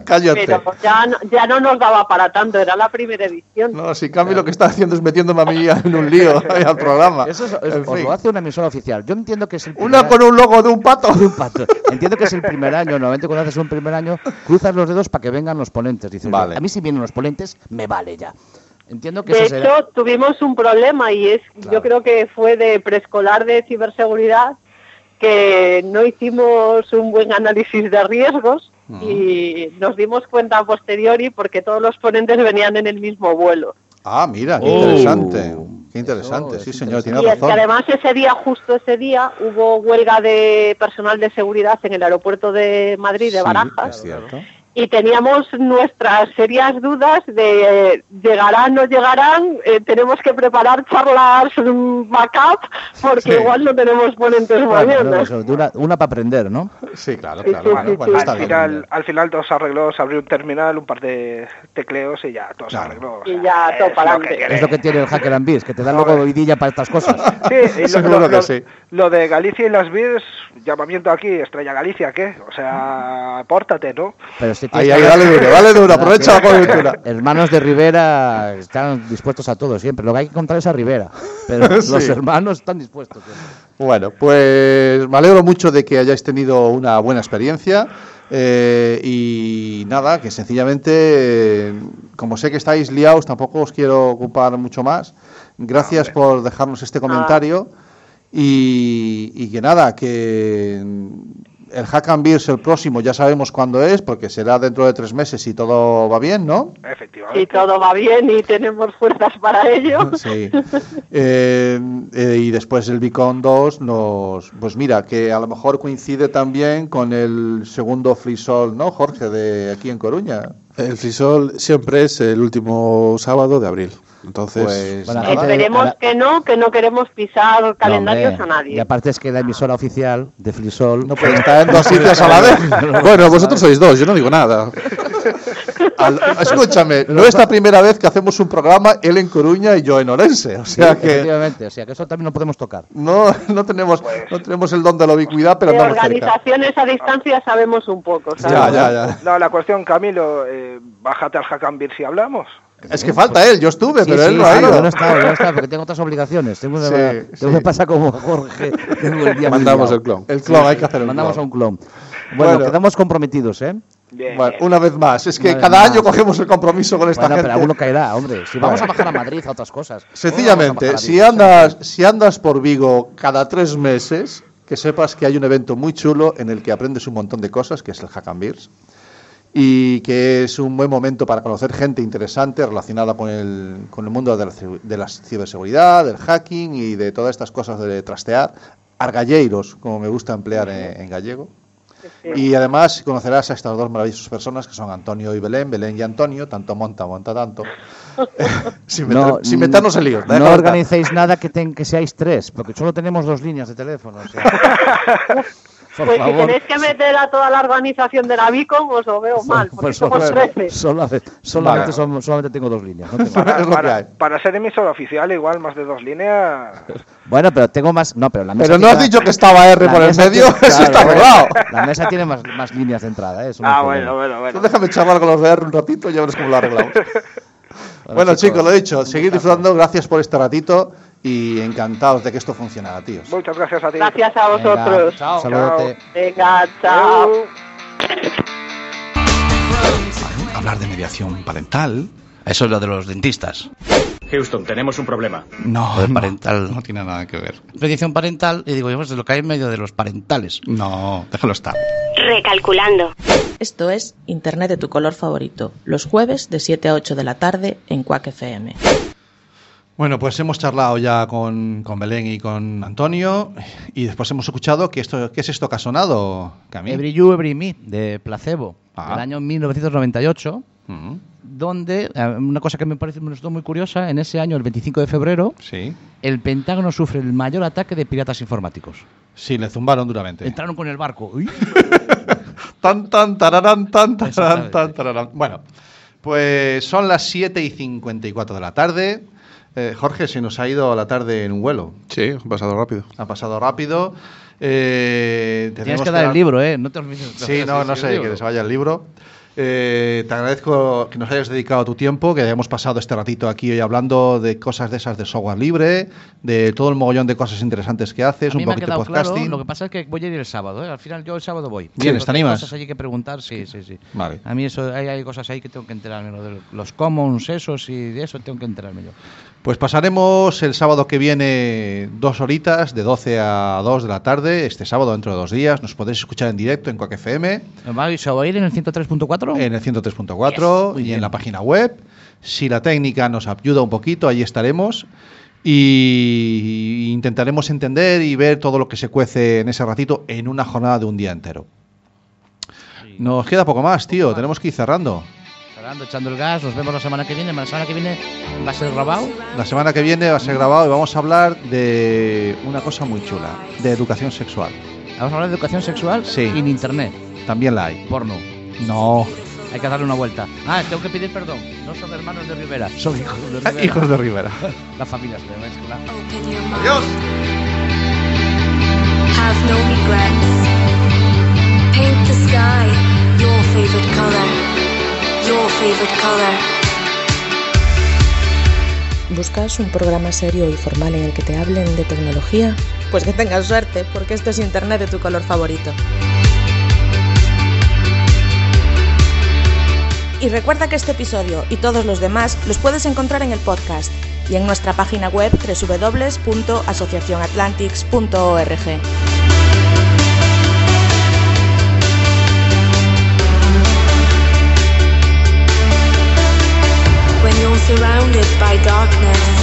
C: Cállate.
K: Pero ya, no- ya no nos daba para tanto, era la primera edición.
C: No, si Cami lo que está haciendo es metiéndome a mí en un lío ahí al programa.
D: Eso es-
C: Ah, En
D: os
C: fin.
D: lo hace una emisora oficial. Yo entiendo que es el
C: Una con un logo de un pato.
D: un [LAUGHS] pato. Entiendo que es el primer año. Normalmente cuando haces un primer año, cruzas los dedos para que vengan los ponentes. Dices, a mí si vienen los ponentes, me vale ya. Entiendo que
K: De
D: eso
K: hecho,
D: será-
K: tuvimos un problema y es, yo creo que fue de preescolar de ciberseguridad que no hicimos un buen análisis de riesgos y nos dimos cuenta a posteriori porque todos los ponentes venían en el mismo vuelo.
C: Ah, mira, qué
M: Oh.
C: interesante. Qué interesante, sí, señor, tiene
K: y es que
C: razón.
K: además ese día, justo ese día, hubo huelga de personal de seguridad en el aeropuerto de Madrid, de
C: Sí,
K: Barajas,
C: Es cierto.
K: y teníamos nuestras serias dudas de eh, llegarán, no llegarán, eh, tenemos que preparar charlas mm, backup porque igual no tenemos ponentes
D: Bueno,
K: mañana.
D: no, eso, de una, una para aprender, ¿no?
C: Sí, claro,
K: claro, bueno, sí, bueno, sí. está
L: al,
K: bien.
L: final, al final todo se arregló, se abrió un terminal, un par de tecleos y ya todo se arregló. o
K: Y
L: sea,
K: ya,
L: es
K: todo
L: lo
K: para
L: que
K: adelante.
L: querés.
D: Es lo que tiene el hacker and beers, que te da luego vidilla para estas cosas. [LAUGHS]
L: Sí, y lo,
D: Seguro
L: lo-
D: que
L: lo-
D: sí.
L: lo de Galicia y las Beers, llamamiento aquí, Estrella Galicia, ¿qué? O sea, apórtate, ¿no?
D: Pero este si
L: Ahí, ahí, dale duro, dale duro, aprovecha la coyuntura.
D: [LAUGHS] Hermanos de Rivera están dispuestos a todo siempre. Lo que hay que contar es a Rivera.
C: [LAUGHS]
D: Pero
C: Sí.
D: los hermanos están dispuestos.
C: Bueno, pues me alegro mucho de que hayáis tenido una buena experiencia. eh, y nada, que sencillamente, eh, como sé que estáis liados, tampoco os quiero ocupar mucho más. Gracias por dejarnos este comentario. Y, y que nada, que el Hack and Beers el próximo ya sabemos cuándo es, porque será dentro de tres meses si todo va bien, ¿no?
K: Y todo va bien y tenemos fuerzas para ello.
C: [LAUGHS] Sí. Eh, eh, y después el Vicon 2 nos... Pues mira, que a lo mejor coincide también con el segundo Frisol, ¿no, Jorge? De aquí en Coruña.
E: El frisol siempre es el último sábado de abril. Entonces,
C: Pues,
K: Esperemos que no, que no queremos pisar calendarios
D: hombre,
K: a nadie.
D: Y aparte es que la emisora oficial de Frisol. No
C: puede estar pues en dos
E: [LAUGHS]
C: sitios a la vez.
E: bueno, vosotros sois dos, yo no
C: [LAUGHS]
E: digo nada.
C: Al- escúchame, Eh, no es la primera vez que hacemos un programa, él en Coruña y yo en Orense. O sea que
D: Efectivamente, o sea que eso también lo podemos tocar.
C: no, no, tenemos, no tenemos el don de la ubicuidad, pero
K: de
C: andamos cerca.
K: organizaciones a distancia sabemos un poco. ¿sabes?
C: Ya, ya, ya.
L: No, la cuestión, Camilo, eh, bájate al Hackambir si hablamos.
C: Es que falta él, yo estuve,
D: Sí,
C: pero
D: sí,
C: él no
D: sí,
C: ha ido.
D: yo no estaba, yo no estaba, porque tengo otras obligaciones. Tengo una,
C: Sí,
D: tengo
C: sí.
D: que pasar como Jorge. Tengo el día
C: Mandamos
D: liado.
C: el clon. El clon, hay que hacer el
D: Mandamos
C: clon.
D: a un clon. Bueno,
C: Bueno.
D: quedamos comprometidos, ¿eh?
C: Bueno, una vez más, es que
D: Una vez
C: cada
D: más.
C: año cogemos el compromiso con esta
D: Bueno,
C: gente.
D: pero alguno caerá, hombre. Si vamos
C: Bueno.
D: a bajar a Madrid, a otras cosas.
C: Sencillamente, si andas, si andas por Vigo cada tres meses, que sepas que hay un evento muy chulo en el que aprendes un montón de cosas, que es el Hack and Beers, y que es un buen momento para conocer gente interesante relacionada con el, con el mundo de la, ciber- de la ciberseguridad, del hacking y de todas estas cosas de trastear. Argalleiros, como me gusta emplear en- en gallego. Y además conocerás a estas dos maravillosas personas que son Antonio y Belén, Belén y Antonio, tanto monta, monta tanto. [LAUGHS] sin, meter-
D: No,
C: sin meternos en líos.
D: No
C: déjalo estar.
D: organicéis nada que, ten- que seáis tres, porque solo tenemos dos líneas de teléfono. o sea.
N: por
K: pues si
N: favor.
K: tenéis que meter a toda la organización de la Vicon, os lo veo mal, porque
J: Pues [LAUGHS]
K: somos
J: solo-
K: 13.
J: solo hace- solamente, son- solamente tengo dos líneas. no tengo más. [LAUGHS]
L: Para, para- para ser emisor oficial, igual más de dos líneas.
J: Bueno, pero tengo más. No, pero la mesa
L: Pero no
J: tiene-
L: has dicho que
N: estaba R
J: la
N: por el
J: mesa
N: medio,
C: [LAUGHS]
J: tiene- ¿eh?
N: eso está
J: bueno,
N: rodado.
J: [LAUGHS] La mesa tiene más, más líneas de entrada, ¿eh? eso no
N: Ah,
J: hay
N: bueno,
J: problema.
L: bueno, bueno.
N: Tú déjame charlar con los de R un ratito y ya verás cómo lo arreglamos. bueno, chicos, lo dicho, seguid disfrutando, gracias por este ratito y encantados de que esto funcionara, tíos.
L: Muchas gracias a ti.
K: Gracias a vosotros.
N: chao. Saludote.
K: Venga, chao.
C: Hablar de mediación parental.
O: Eso es lo de los dentistas.
P: Houston, tenemos un problema.
O: No, parental.
G: No tiene nada que ver.
O: Mediación parental, y digo yo, pues lo que hay en medio de los parentales.
G: No, déjalo estar.
B: Recalculando. Esto es Internet de tu color favorito, los jueves de 7 a 8 de la tarde en Quack FM.
C: Bueno, pues hemos charlado ya con, con Belén y con Antonio y después hemos escuchado que esto, ¿qué es esto que ha sonado, Camille?
D: Every You, Every Me, de Placebo,
J: Ah.
D: del año 1998,
C: Mm,
D: donde, eh, una cosa que me parece me resultó muy curiosa, en ese año, el 25 de febrero,
C: sí.
D: el Pentágono sufre el mayor ataque de piratas informáticos.
C: Sí, le zumbaron duramente.
D: Entraron con el barco. Uy.
C: Tan, tan, tararán, tan, tararán, tan, tararán. Bueno, pues son las 7 y 54 de la tarde. Eh, Jorge, se nos ha ido la tarde en un vuelo.
E: Sí, ha pasado rápido.
C: Ha pasado rápido. Eh,
D: Tienes
C: tenemos
D: que dar el
C: dar-
D: libro, ¿eh? No te olvides.
C: Sí, no, no
D: el
C: sé,
D: libro.
C: que les vaya el libro. Eh, te agradezco que nos hayas dedicado tu tiempo, que hayamos pasado este ratito aquí hoy hablando de cosas de esas de software libre, de todo el mogollón de cosas interesantes que haces,
D: A mí
C: un
D: me ha
C: poquito de
D: quedado
C: podcasting.
D: claro, lo que pasa es que voy a ir el sábado, ¿eh? Al final yo el sábado voy.
C: Vienes, ¿te
D: Porque hay
C: animas?
D: cosas allí que preguntar, sí, sí, sí.
C: Vale.
D: A mí eso, hay, hay cosas ahí que tengo que enterarme, lo de los commons, esos y de eso tengo que enterarme yo.
C: Pues pasaremos el sábado que viene dos horitas, de 12 a 2 de la tarde, este sábado dentro de dos días. Nos podréis escuchar en directo en Quack FM.
D: ¿Nos vais a oír en el 103.4?
C: En el 103.4 y en la página web. Si la técnica nos ayuda un poquito, ahí estaremos. Y intentaremos entender y ver todo lo que se cuece en ese ratito en una jornada de un día entero. Nos queda poco más, tío. Tenemos que ir cerrando.
D: Cerrando, echando el gas, nos vemos la semana que viene. La semana que viene va a ser grabado.
C: La semana que viene va a ser grabado y vamos a hablar de una cosa muy chula, de educación sexual.
D: Vamos a hablar de educación sexual en internet.
C: También la hay.
D: Porno.
C: No.
D: Hay que darle una vuelta. Ah, tengo que pedir perdón. No son hermanos de Rivera, son hijos de
C: [LAUGHS]
D: Rivera.
C: Hijos de Rivera.
D: la familia se mezcla.
A: Adiós. Have no regrets. Paint the sky your favorite color. Your favorite color.
B: ¿Buscas un programa serio y formal en el que te hablen de tecnología? Pues que tengas suerte, porque esto es Internet de tu color favorito. Y recuerda que este episodio y todos los demás los puedes encontrar en el podcast y en nuestra página web www.asociacionatlantics.org.
A: When you're surrounded by darkness,